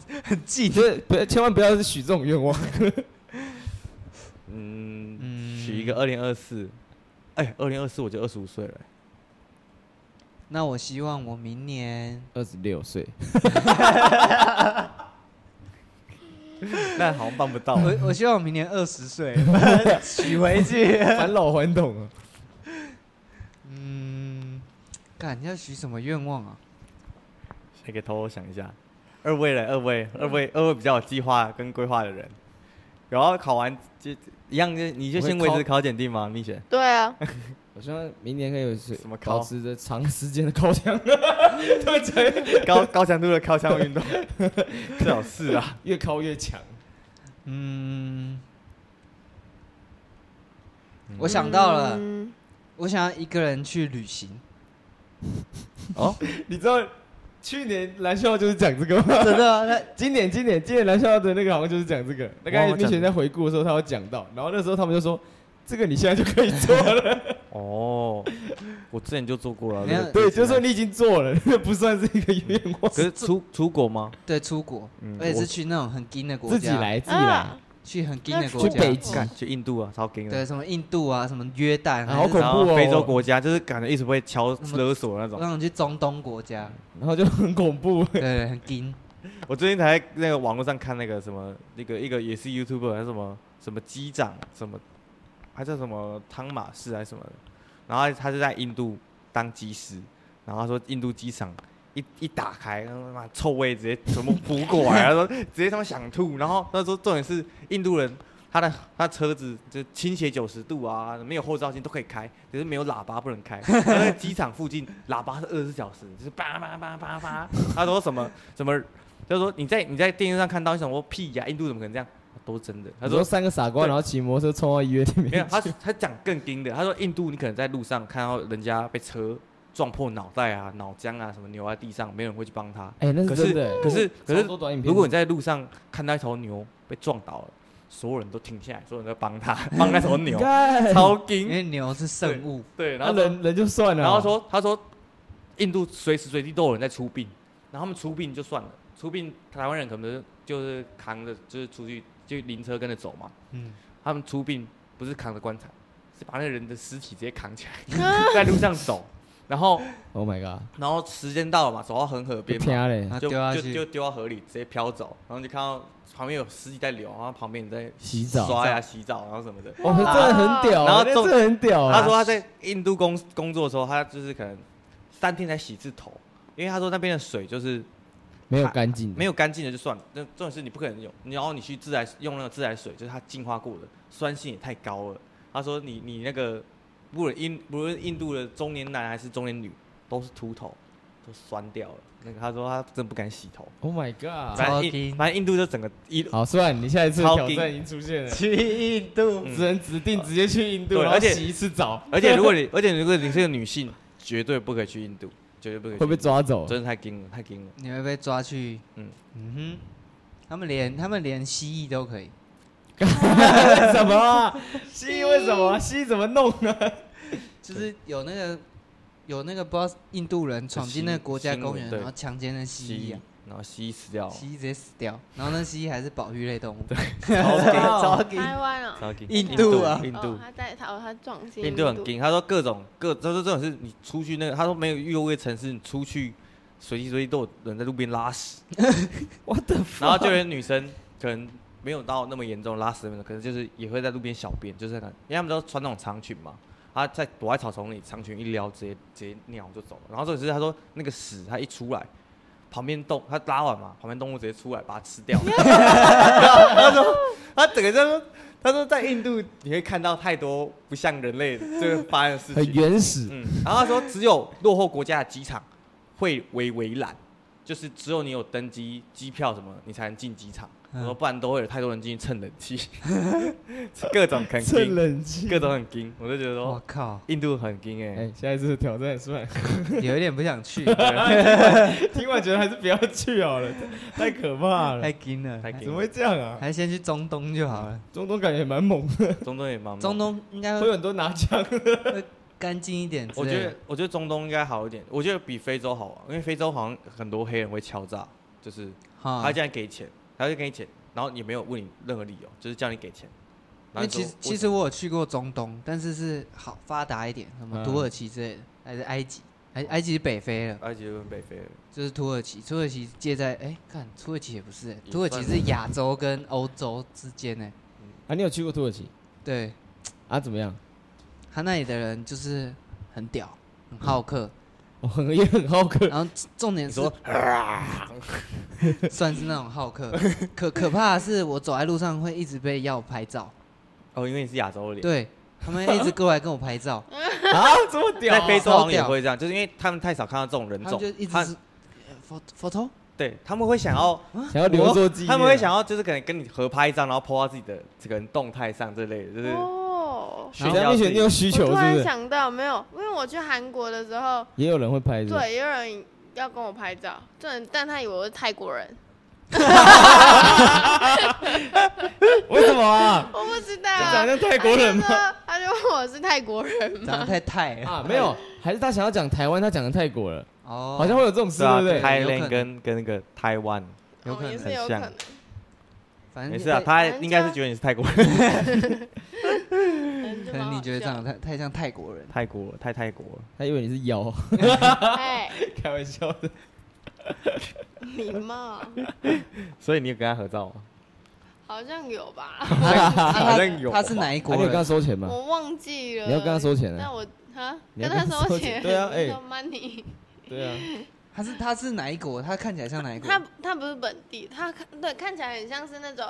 记得 (laughs) 不要，千万不要是许这种愿望。
嗯，
嗯
许一个二零二四，哎，二零二四我就二十五岁了、
那我希望我明年
二十六岁，
但好像办不到。
我我希望我明年二十岁， (laughs) 娶
(laughs)
回去。
返老还童啊！
嗯，干要许什么愿望啊？
还可以偷偷想一下，二位了，二位，二位，二位比较有计划跟规划的人。然后考完就一样，就你就先维
我
持
会
考检定吗？蜜 (laughs) 雪，
对啊，
我希望明年可以有
什么高
保持着长时间的高 (laughs) 强，
高高强度的靠枪 (laughs) 运动，最好是啊。
越高越强。
嗯，我想到了，
嗯，
我想要一个人去旅行，
你知道去年蓝校就是讲这个吗？
真的啊。那
今年今年今年蓝校的那个好像就是讲这个。大
我
概
有讲
蜜雪在回顾的时候，他有讲到，然后那时候他们就说，这个你现在就可以做
(laughs)
了。
哦，我之前就做过了。
没有
这个
(laughs) 对，就是说你已经做了，那不算是一个愿望。
可是出出国吗？
对，出国，
嗯
而且是去那种很近的国家，
自己，来，自己来
啊，，
去很近的
那
国
去
家，
北极
干去印度啊，超给
对，什么印度啊，什么约旦，
啊
还
好恐
是
怖
然后
哦
非洲国家就是感觉一直被敲勒索那种。
让你去中东国家，
然后就很恐怖。
对，很
(laughs)
近。
我最近才在那个网络上看那个什么，那个一个也是 YouTuber，还是什么什么机长，什么还叫什么汤马士还是什么的，然后他就在印度当机师，然后他说印度机场一一打开，他妈臭味直接全部扑过来，他说直接他妈想吐，然后他说重点是印度人。他的他车子就倾斜九十度啊，没有后照镜都可以开，只是没有喇叭不能开。然后在机场附近喇叭是二十四小时，就是叭叭叭叭叭。他说什么什么就是说你在你在电视上看到，你想说屁呀、印度怎么可能这样？都是真的。他
他
说
说三个傻瓜，
对
然后骑摩托车冲到医院里 (laughs)
没有，
面。
他他讲更精的，他说印度你可能在路上看到人家被车撞破脑袋啊、脑浆啊什么扭在地上，没有人会去帮他。
哎，那
可
是
是
真的。
可是可是
超，多短影片
如果你在路上看到一头牛被撞倒了，所有人都停下来，所有人都帮
(laughs)
他帮那头牛，
干
超
(laughs)
因
精。
为牛是圣物，
对，然
那
后说
啊人人哦就算了，
然后说，他说，印度随时随地都有人在出殡，然后他们出殡就算了，出殡台湾人可能就是扛着，就是出去就灵车跟着走嘛。
嗯，
他们出殡不是扛着棺材，是把那个人的尸体直接扛起
(laughs)
来，在路上走，然后
，Oh my god，
(laughs) 然后时间到了嘛，走到恒河
被
边嘛，
骗嘞
然，后
就
啊丢下
就就
去，
丢到河里，直接飘走，然后就看到旁边有尸体在流，然后旁边人在
洗澡哦
刷牙、洗澡，然后什么的。
哇，真的很屌，
然后
那
重
真的很屌啊。
他说他在印度工工作的时候，他就是可能三天才洗一次头，因为他说那边的水就是
没有干净，
没
有，
有干净的就算了，那重点是你不可能有，然后你去自来用那个自来水，就是它净化过的，酸性也太高了。他说你你那个不论印不论印度的中年男还是中年女，都是秃头，都酸掉了。那个他说他真的不敢洗头，
Oh my god，
反正
超低
印反正印度就整个一
好，算你下一次的
超
挑
硬
战已经出现了，
去印度
嗯
只能指定直接去印度，
对
然后
而且
洗一次澡，
而且如果你 (laughs) 而且如果你是个女性，绝对不可以去印度，绝对不可以去
会被
印度，
抓走。
真的太惊了，太惊了。
你会被抓去。
嗯
嗯嗯哼，他们连他们连蜥蜴都可以，
(laughs) 什么啊？蜥蜴为什么？蜥蜴怎么弄呢？
就是有那个有那个不知道印度人闯进那个国家公
新闻
园，
对
然后强奸了蜥蜴啊，
嗯然后蜥蜴死掉了，
蜥蜴直接死掉，然后那蜥蜴还是保育类动物，
超
超
劲
超级
台湾哦，
超劲
印
度
度啊
印度
哦，他在他哦他撞
(laughs)
进
印度很劲。他说各种各，他说这种是你出去那个，他说没有遇过一个城市，你出去随时随地都有人在路边拉屎，
我的
然后就有女生可能没有到那么严重拉屎的那种，可能就是也会在路边小便，就是很，因为他们都穿那种长裙嘛，她在躲在草丛里，长裙一撩，直接直接尿就走了。然后这只是他说那个屎，他一出来，旁边动他拉完嘛，旁边动物直接出来把它吃掉。他说他整个就是他说在印度你会看到太多不像人类这个发生的事情，
很原始，
嗯，然后他说只有落后国家的机场会围围栏，就是只有你有登机机票什么，你才能进机场。
嗯
我说不然都会有太多人进去蹭冷气， (laughs) 各种很
趁
惊，
冷气。
各种很惊，我就觉得
我
说
靠，
印度很惊哎、
哎，下一次的挑战算了， (laughs)
有一点不想
(laughs)
去，
听完觉得还是不要去好了，太可怕了
太。惊了，
太
还
惊
怎
了，
么会这样啊？
还是先去中东就好了，
中东感觉蛮
(laughs)
猛的，
中东也蛮
哎中东应该
会有
会
很多拿枪。
干净一点之
我
类
觉
的
得，我觉得中东应该好一点，我觉得比非洲好玩，因为非洲好像很多黑人会敲诈，就是
哈
他，这样给钱，他就给你钱，然后也没有问你任何理由，就是叫你给钱。然后
因为
你说
其实
为什
其实
么
我有去过中东，但是是好发达一点，什么
嗯
土耳其之类的，还是埃及，埃埃及是北非了，
埃及跟北非
就是土耳其，土耳其介在哎，看土耳其也不是，欸
也
土耳其
算
是亚洲跟欧洲之间呢，
(laughs) 啊，你有去过土耳其
对
啊？怎么样？
他那里的人就是很屌，很好客，
我很也很好客，
然后重点
你
是
说
(laughs) 算是那种好客，可可怕的是我走在路上会一直被要拍照，
哦，因为你是亚洲脸，
对他们一直过来跟我拍照，
在非洲
哦超
好像也
屌
会这样，就是因为他们太少看到这种人
他
种
们就一，直
他
是呃佛佛头，
对他们会想要，
想要 (laughs) 留作纪念。啊
他们会想要就是可能跟你合拍一张，然后 po 到自己的这个人动态上之类的，就是
哦，
炫
然
耀
后
自
选
己
你有需
我
求
突
是不
然
是？
想到，没有，因为我去韩国的时候，
也有人会拍是不是，
对，有人要跟我拍照，但但他以为我是泰国人，
为什么啊？
我不知道
这
啊。
长得像泰国人吗
他就说？他就问我是泰国人
长得
吗？
太泰了
啊，没有，还是他想要讲台湾，他讲的泰国了，
哦，
好像会有这种事，
对啊
对不对？
泰
有可能
兰跟跟那个台湾，
有可
哦也
能
是有可能
很。
反正
没事啊，
被
他
反正
应该是
就
觉得你是泰国人，
可
可能你觉得长得太太像泰国人，
泰国太泰国了，
他以为你是妖，啊
哎，
开玩笑的。
礼貌
所以你有跟他合照吗？
好像有吧，
啊
好
他
像有
他是哪一
啊
国
你有跟他
人？
收钱吗？
我忘记了。
你要跟他收钱
那
啊？
我哈
你要
跟
跟
他
他收
收
钱
钱，
对啊哎
收 money。
对啊，
他是他是哪一国？他看起来像哪一国？
他他不是本地，他看对看起来很像是那
(laughs)
种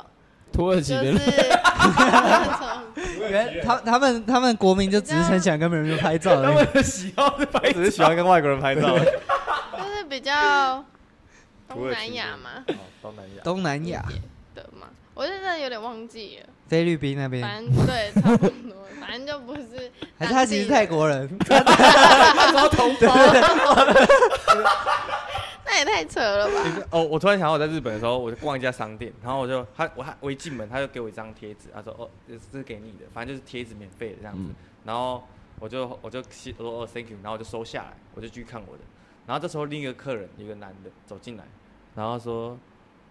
土耳其
就
的
是 (laughs)
人
那种
原他他们他们国民就只是很想跟别人拍照而已。
喜好的拍，只是喜欢跟外国人拍照而已。
就是比较
土
东
耳其
南亚嘛
哦东南亚，
东南亚、
的嘛，我真的有点忘记了，
菲律宾那边，
反正对差不多， (laughs) 反正就不是
还是他其
(laughs)
实泰国 (laughs) 人？
哦 (laughs) 那也太扯了吧？
哦，我突然想到我在日本的时候，我就逛一家商店，然后我就他我还我一进门，他就给我一张贴纸，他说哦，这这是给你的，反正就是贴纸免费的这样子。
嗯
然后我就我就吸我说哦 thank you，然后我就收下来，我就继续看我的。然后这时候另一个客人，一个男的走进来，然后说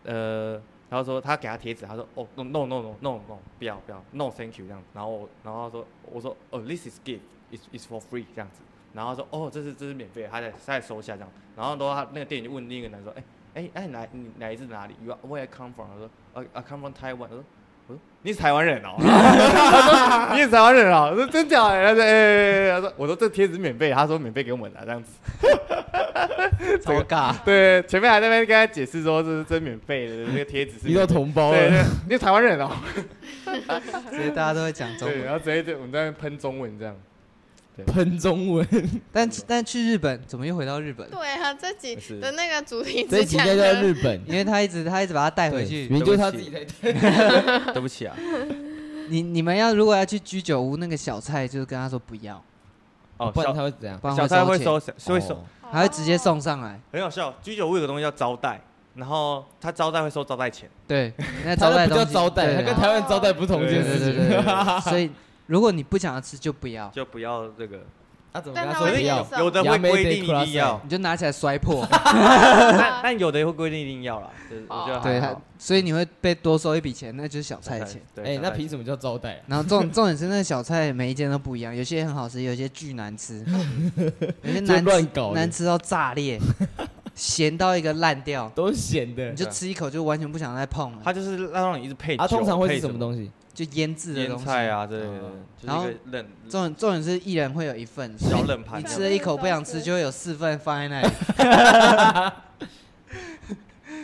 呃，他说他给他贴纸，他说哦 no no no no no no 不要不要 no thank you 这样子。然后我然后他说我说哦 this is gift is is for free 这样子。然后他说哦这是这是免费的，他再他再收下这样。然后都他那个店员就问另一个男说哎。哎、哎，来你来自哪里？You are where I come from？我说，I I come from Taiwan。我说，我说你是台湾人哦。 (laughs) 他说你也是台湾人哦。我说真假的？他说，哎、哎哎他说，我说这贴纸免费，他说免费给我们的、这样子。
超尬，
对，前面还在那边跟他解释说这是真免费的，那个贴纸是
遇到
免费
同胞了。
对对，你是台湾人哦。
所以大家都会 (laughs) 讲中
对，
文。
然后直接就我们在那边喷中文这样。
(laughs) 喷中文，
但但去日本，怎么又回到日本了？
(laughs) 对啊，这集
是
的那个主题
这
只
一集应
讲
该在
了
日本，
因为他一直他一直把他带回
对
去。
明明就是他自己在
对不起
(laughs)
啊。
你你们要如果要去居酒屋那个小菜，就是跟他说不要，
哦，
不然
小
他会怎样？
不然
小蔡会
收
收，会收
哦，
啊
钱，还会直接送上来。
很好笑。居酒屋有个东西叫招待，然后他招待会收招待钱。
(laughs) 对，那
他
招待
那不叫
东西
招
啊
待，他
对
跟台湾招待不同一
对
件
对
事
对
情。
对对，对所以如果你不想要吃就不要。
就不要这个
那怎么跟
但
他说
他
可
会
不
是
接
要
有
受？
(laughs)
有的会规定一定
Yamete
要，
你就拿起来摔破，
(laughs) 啊
但但有的会规定一定要啦，就是我觉得
对，
还
他
好。
所以你会被多收一笔钱，那就是小菜钱。
对，
哎，
小
那
菜
凭什么叫招待啊？
然后重重点是那个小菜每一间都不一样，有些很好吃，有些巨
(laughs)
难吃，有些难
就乱
吃
搞的
难吃到炸裂，咸到一个烂掉，
都是咸的
你。就吃一口就完全不想再碰了。
它就是让你一直配酒。
啊，通常会
配
是
什
什么东西？
就腌制的
腌
东西。
菜啊之类的
嗯，
就是
然后
一个冷
重点重点是一人会有一份，所以
小冷盘
(laughs) 你
这
吃
样。
了一口不想吃，就会有四份放在那里。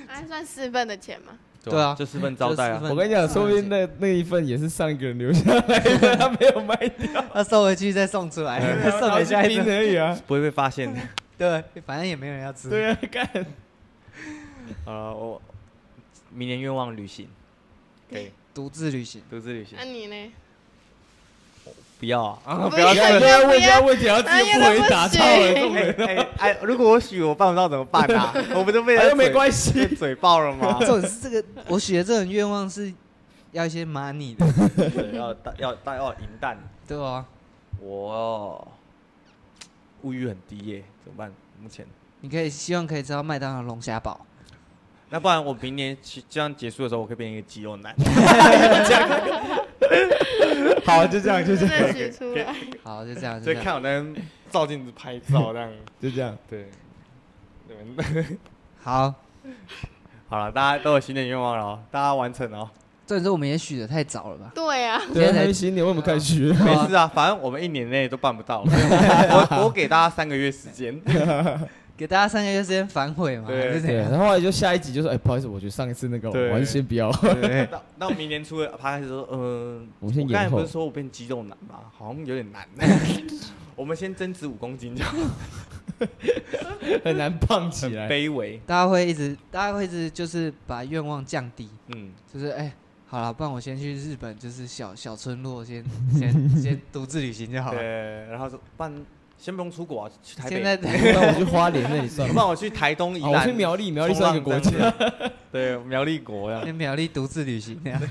还算四份的钱吗？
对啊
就四份招待
就四
啊
份。
我跟你讲，说不
(laughs)
定那那一份也是上一个人留下来的，他没有卖掉，
那收回去再送出来，
(laughs)
再送给下一
冰
个。
而已啊。
不会被发现的。
对，反正也没有人要吃。
对啊，干
呃，我明年愿望旅行，可以
独自旅行，
独自旅行
那、，啊你呢？
不要啊！
不
不要
是
问
不要
问人家问题，然后自己又不回答，操了，
哎
这么
哎哎哎，如果我许我办不到怎么办
(laughs)
啊？我不就被
哎
他
又没
嘴
关系
被嘴爆 (laughs) 了吗？
重点是这个，我许的这种愿望是要一些
(laughs)
money 的，
对要大要大要银蛋，
对啊，
我物欲很低耶，怎么办？目前，
你可以希望可以吃到麦当劳龙虾堡，
那不然我明年去这样结束的时候，我可以变成一个肌肉 (laughs) 男。
好，就这样，就这
真
样，
的许出来，
(laughs)
好，就这样，
就
就这样。
看我那边照镜子拍照这样。
就这样。
(laughs) 对，你们
好，
好了，大家都有新年愿望了哦，大家完成了哦。
重点是我们也许的太早了吧？
对啊，
对啊，还没新年，我们开学。
(laughs) 没事啊，反正我们一年内都办不 (laughs) 到。我我给大家三个月时间。
给大家三个月时间反悔嘛，
对
还是怎
对，
样？
然后后来就下一集就说，哎，不好意思，我觉得上一次那个，
对
我还是先不要。
到到明年初的他开始说，嗯，
我们先
我刚才
延
不
后
是。说我变肌肉男吗？好像有点难。 (laughs) 我们先增值五公斤就好，
很难胖
很
起来。
卑微。
大家会一直，大家会一直就是把愿望降低，
嗯，
就是哎、好了，不然我先去日本，就是小小村
(laughs)
落先先先独自旅行就好了。
对。然后说，不然先不用出国啊，去台
现
北。
在
那我去花莲那里算
不
吗？
然我去台东、宜
啊我
兰。
去苗栗，苗栗算一个国
冲浪
家，
这样子。 (laughs) 对，苗栗国呀。
(laughs) 先苗栗独自旅行这样，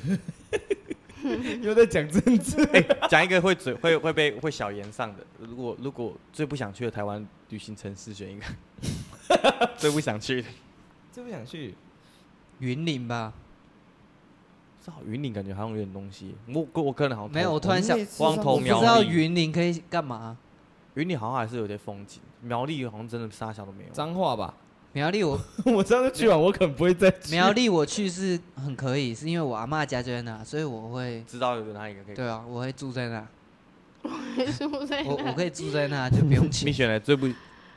又在讲政治。
哎，讲一个会嘴会会被会小言上的。如果如果最不想去的台湾旅行城市选一个，
(laughs)
最不想去的，
就不想去。
云林吧？
至少云林感觉好像有点东西。我我我个人好像
没有，我突然想，
光哦头
我不
苗
知道
栗，
云林可以干嘛。
云林好像还是有些风景，苗栗好像真的啥小都没有。
脏话吧，
苗栗我
(laughs) 我上次去完，我可能不会再去。
苗栗我去是很可以，是因为我阿嬷家就在那，所以我会，
(laughs) 知道有哪一个可以？
对啊，我会住在那，
输在
我我
哪？
可以住在那就不用
你
钱，
选了最不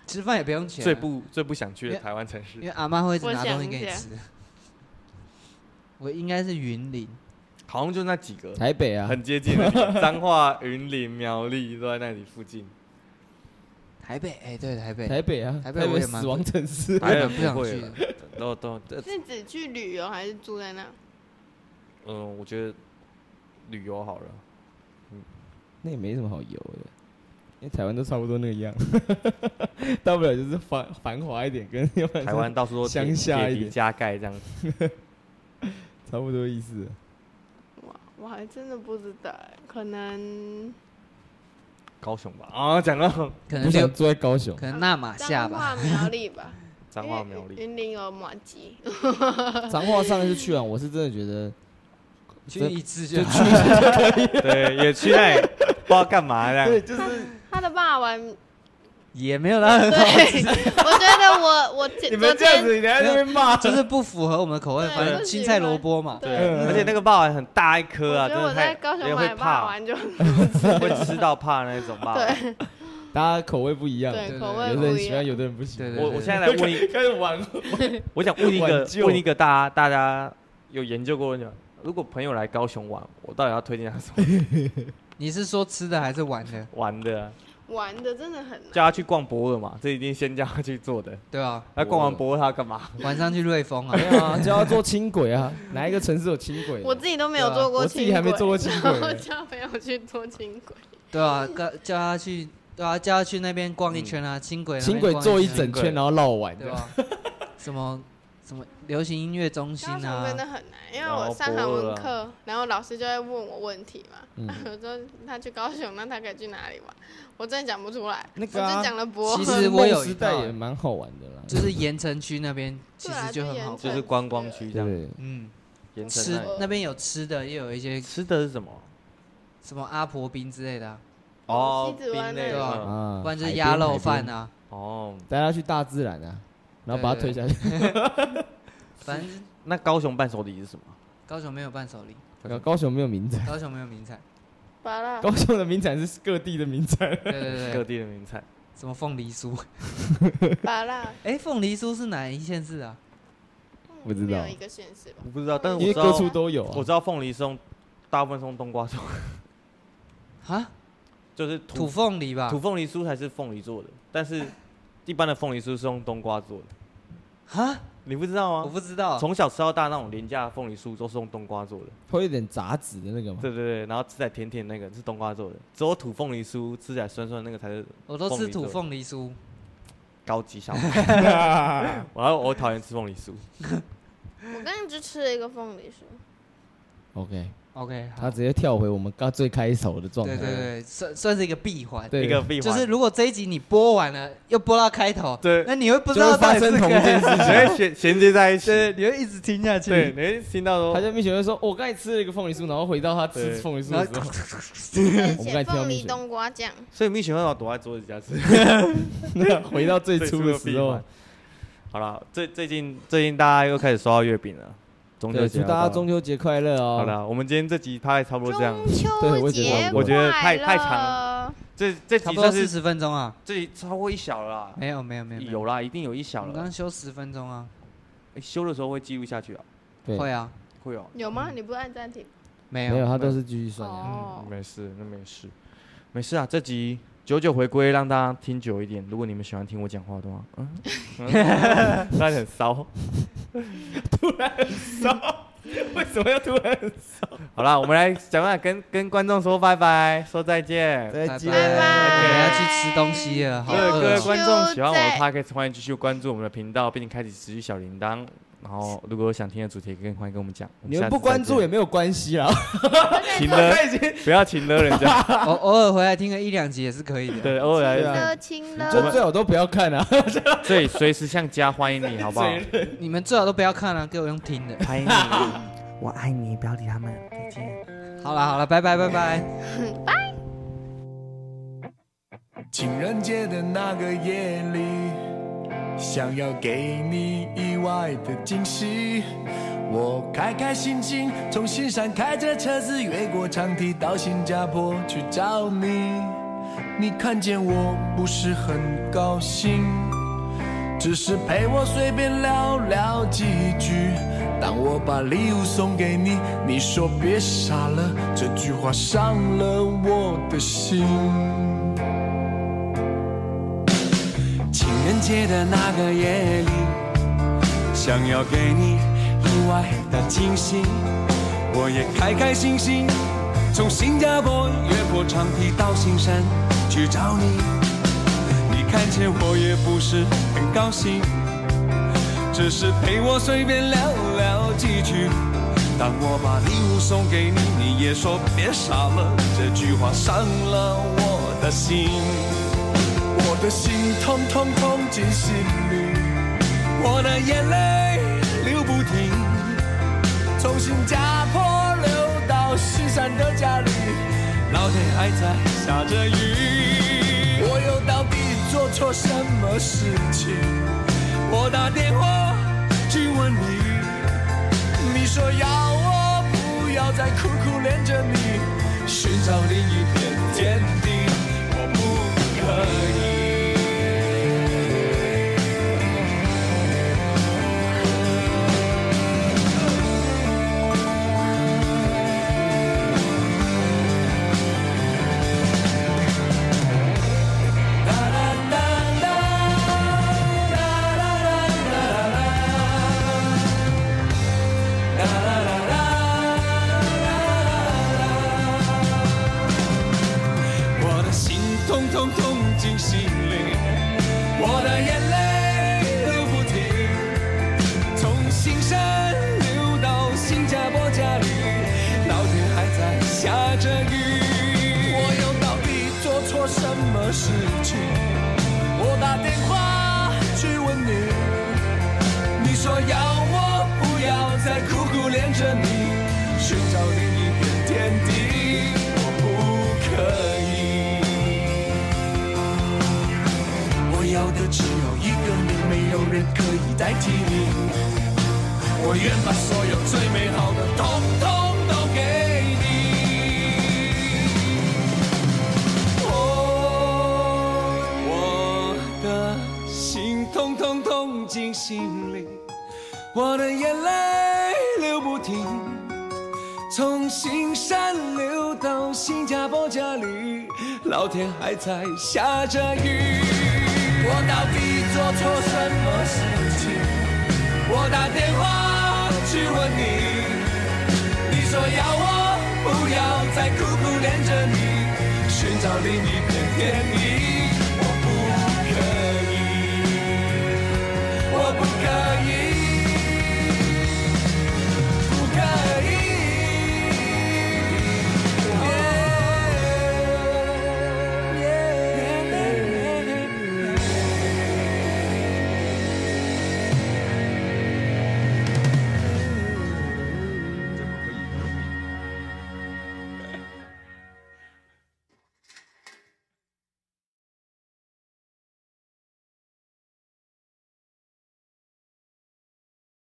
吃饭也不用钱啊，
最不最不想去
因
的
为
台湾城
因
市
为，阿妈会一直
我
拿
想
东西
一
给你
下
吃。我应该是云林，
好像就那几个，
台北啊，
很接近的地方。彰化、云林、苗栗都在那里附近。
台北，哎、对，台北，
台北啊，
台
台
北我也蛮
死亡城
(laughs)
市。
台北
哎
不想
会
去
了
了，
都都这
是只去旅游还是住在那？
嗯，我觉得旅游好了。 (laughs)
那也没什么好游的，因为台湾都差不多那个样， (laughs) 大不了就是繁繁华一点，跟要不然
台湾到处都
乡
铁
下
铁
一
皮
点
加盖这样子。
差不多意思。
哇，我还真的不知道欸，可能
高雄吧，啊，讲到
可能
不
六
想，住在高雄，
可能纳马夏
彰
吧。
化苗栗吧，
(laughs) 彰化苗栗，
云林有马吉，
彰化上一次去完，我是真的觉 (laughs) 得
去
这
一次
就
就
去
好。
(laughs) 对，也去那里不知道干嘛这
(laughs)
样。
(laughs)
他的爸
(laughs)
爸玩
也 (laughs) 没有啦，
对，我觉得我我前昨天
你在
那边
骂
就是不符合我们的口味，
对
反正
不喜
青菜
欢
萝卜嘛。
对，
嗯
而且那个霸王很大一
我
颗啊，
觉
真
得我
的
在
太，
高雄
也会
买霸
怕，
玩就
会吃到怕那种霸王。
对
大家口味不一样，
对
对
口味
有的
不
人
一
喜欢，
样。
有的人不喜欢
对。对
我我现在来问
(laughs)
一，
开始玩，
我想问一
挽
个
救
问一个大家大家有研究过的问题吗？如果朋友来高雄玩，我到底要推荐他什么
你是说吃的还是玩的？
玩的啊？
玩的真的很难，
叫他去逛博尔嘛，这一定先叫他去做的。
对啊，
那逛完博尔他要干嘛？
晚上去瑞丰啊
没，有啊，就要坐轻轨啊，哪一个城市有轻轨的？啊
我自己都没有坐过
我
轻
自
轨，
己还没坐过轻
(laughs)
轨
然后
欸
叫朋友去坐轻轨，
对啊，叫叫他去，对啊，叫他去那边逛一圈啊，轻轨那边
轻轨
逛
坐一
圈
整圈，然后绕完
对啊
的。
吧？什么什么流行音乐中心
高中真的
啊，
很难，因为
然后
我上韩
博二
文
啊
课，然后老师就会问我问题嘛
嗯。
(laughs) 我说他去高雄，那他可以去哪里玩？我真的讲不出来，
那
我
个啊
就讲了博
其
二。
实我有
梦
一
时
套
代
欸
也蛮好玩的啦，
就是盐城区那边其
对啊
实就很好
就
就盐
玩
城。
是观光区这样。
对，
嗯，
盐城
吃
那里
那边有吃的，也有一些
吃的是什么？
什么阿婆冰之类的啊，
哦，
西子湾
冰类
那里
嗯
的
啊，
不然就
海
是
边
鸭肉饭，啊，
哦。
海边带他去大自然啊，然后把他推下去，
反正
那高雄伴手礼是什么？
高雄没有伴手礼，
高高雄没有名产，
(laughs) 高雄没有名产，
巴拉
高雄的名产是各地的名产，
对对
各
对，
地的名菜。
什么凤梨酥？
巴拉，
哎，凤梨酥是哪一县市啊？
(laughs) 不知道
没有一个县市吧
我？不知道，但是
因
我
为
知
各
道
处，都有
我
啊
知。道凤梨是用大部分是用冬瓜做，
啊，
就是
土
土
凤梨吧
土？凤梨酥才是凤梨做的，但是一般的凤梨酥是用冬瓜做的，
啊，
你不知道
我
吗？
不知道，
从小吃到大那种廉价的凤梨酥都是用冬瓜做的，
会有点杂质的那个嘛，
对对对，然后吃起来甜甜那个是冬瓜做的，只有土凤梨酥吃起来酸酸那个才是
我都吃
凤梨
土
做
凤梨酥，
高级小吃。我要我讨厌吃凤梨酥，
我刚刚只吃了一个凤梨酥，
OK，
OK，好
他直接跳回我们刚最开头的状
对
态，
对对，算算是一个闭环。
嗯对 (laughs)
(laughs) 一个闭环，
就是如果这一集你播完了，又播到开头，
对
那你会不知
就会
道到
发
底
生
是
同一
(laughs)
件事
只
情。
会衔衔接在一起，
对，你会一直听下去。
对，，你会听到说
他在蜜雪会说：“哦我刚才吃了一个凤梨酥，然后回到他吃
对
凤梨酥
然
的
后
时候， (laughs) (laughs) 我们
写
来挑
凤
蜜
梨
雪
冬瓜酱，
所以蜜雪会要躲在桌子底下吃。
回到最
(laughs) 最
初
初
的
的闭
时候
环。好了，最最近最近大家又开始收到月饼了，”中秋
对，
节
祝
要到了
大家中秋节快乐哦！
好了，我们今天这集拍差不多这样，
对
中
我也觉得
节
我
觉得太
快
太长
乐
这这
差
集
不多
算
四
是
十分钟啊，
这集超过一小了啦，
没有没有没有，没
有啦，一定有一
我
小
们
了
刚。刚休十分钟啊，
诶修的时候会记录下去啊，
对
会啊，
会哦。
有吗？你不是按暂停？
没
没有，
有，
他都是继续算的。
哦
嗯，，没事，那没事，没事啊。这集久久回归，让大家听久一点。如果你们喜欢听我讲话的话，嗯， (laughs) 嗯那很骚。
为什么要突然？
好啦，我们来讲讲跟跟观众说拜拜，说再见。
再见，
拜拜
我要去吃东西了，好
各位
饿
各位
哦。
观众喜欢我们的
在
podcast，欢迎继续关注我们的频道，并且开启持续小铃铛。然后，如果有想听的主题，更欢迎跟我们讲。
你们不关注也没有关系啊。
停嗯了，不要停了人
(laughs)
家。
哦偶偶尔回来听个一两集也是可以的。
对，偶尔
对
来
啊
乐清
就
乐，
最好都不要看啊！
(laughs) 这里随时向家欢迎你，好不好？
你们最好都不要看了，给我用听的。
拍你，我爱你，不要理他们，再见。
好了好了，拜拜拜拜。
情人节的那个夜里，想要给你意外的惊喜。我开开心心从新山开着车子越过长堤到新加坡去找你。你看见我不是很高兴，只是陪我随便聊聊几句。当我把礼物送给你，你说别傻了，这句话伤了我的心。情人节的那个夜里，想要给你意外的惊喜，我也开开心心从新加坡越过长堤到新山去找你。你看见我也不是很高兴，只是陪我随便聊聊几句。当我把礼物送给你，你也说别傻了，这句话伤了我的心。我的心痛痛痛进心里，我的眼泪流不停，从新加坡流到西山的家里，老天还在下着雨，我又到底做错什么事情？我打电话去问你，你说要我不要再苦苦恋着你，寻找另一片天地，我不可以。我的心痛痛痛进心里，我的眼泪流不停，从何时去？我打电话去问你，你说要我不要再苦苦恋着你，寻找另一片天地，我不可以。我要的只有一个你，没有人可以代替你。我愿把所有最美好的统统都给你。哦，我的心通通通进心里，我的眼泪流不停，从新山流到新加坡这里，老天还在下着雨。我到底做错什么事情？我打电话去问你，你说要我不要再苦苦恋着你，寻找另一片天地。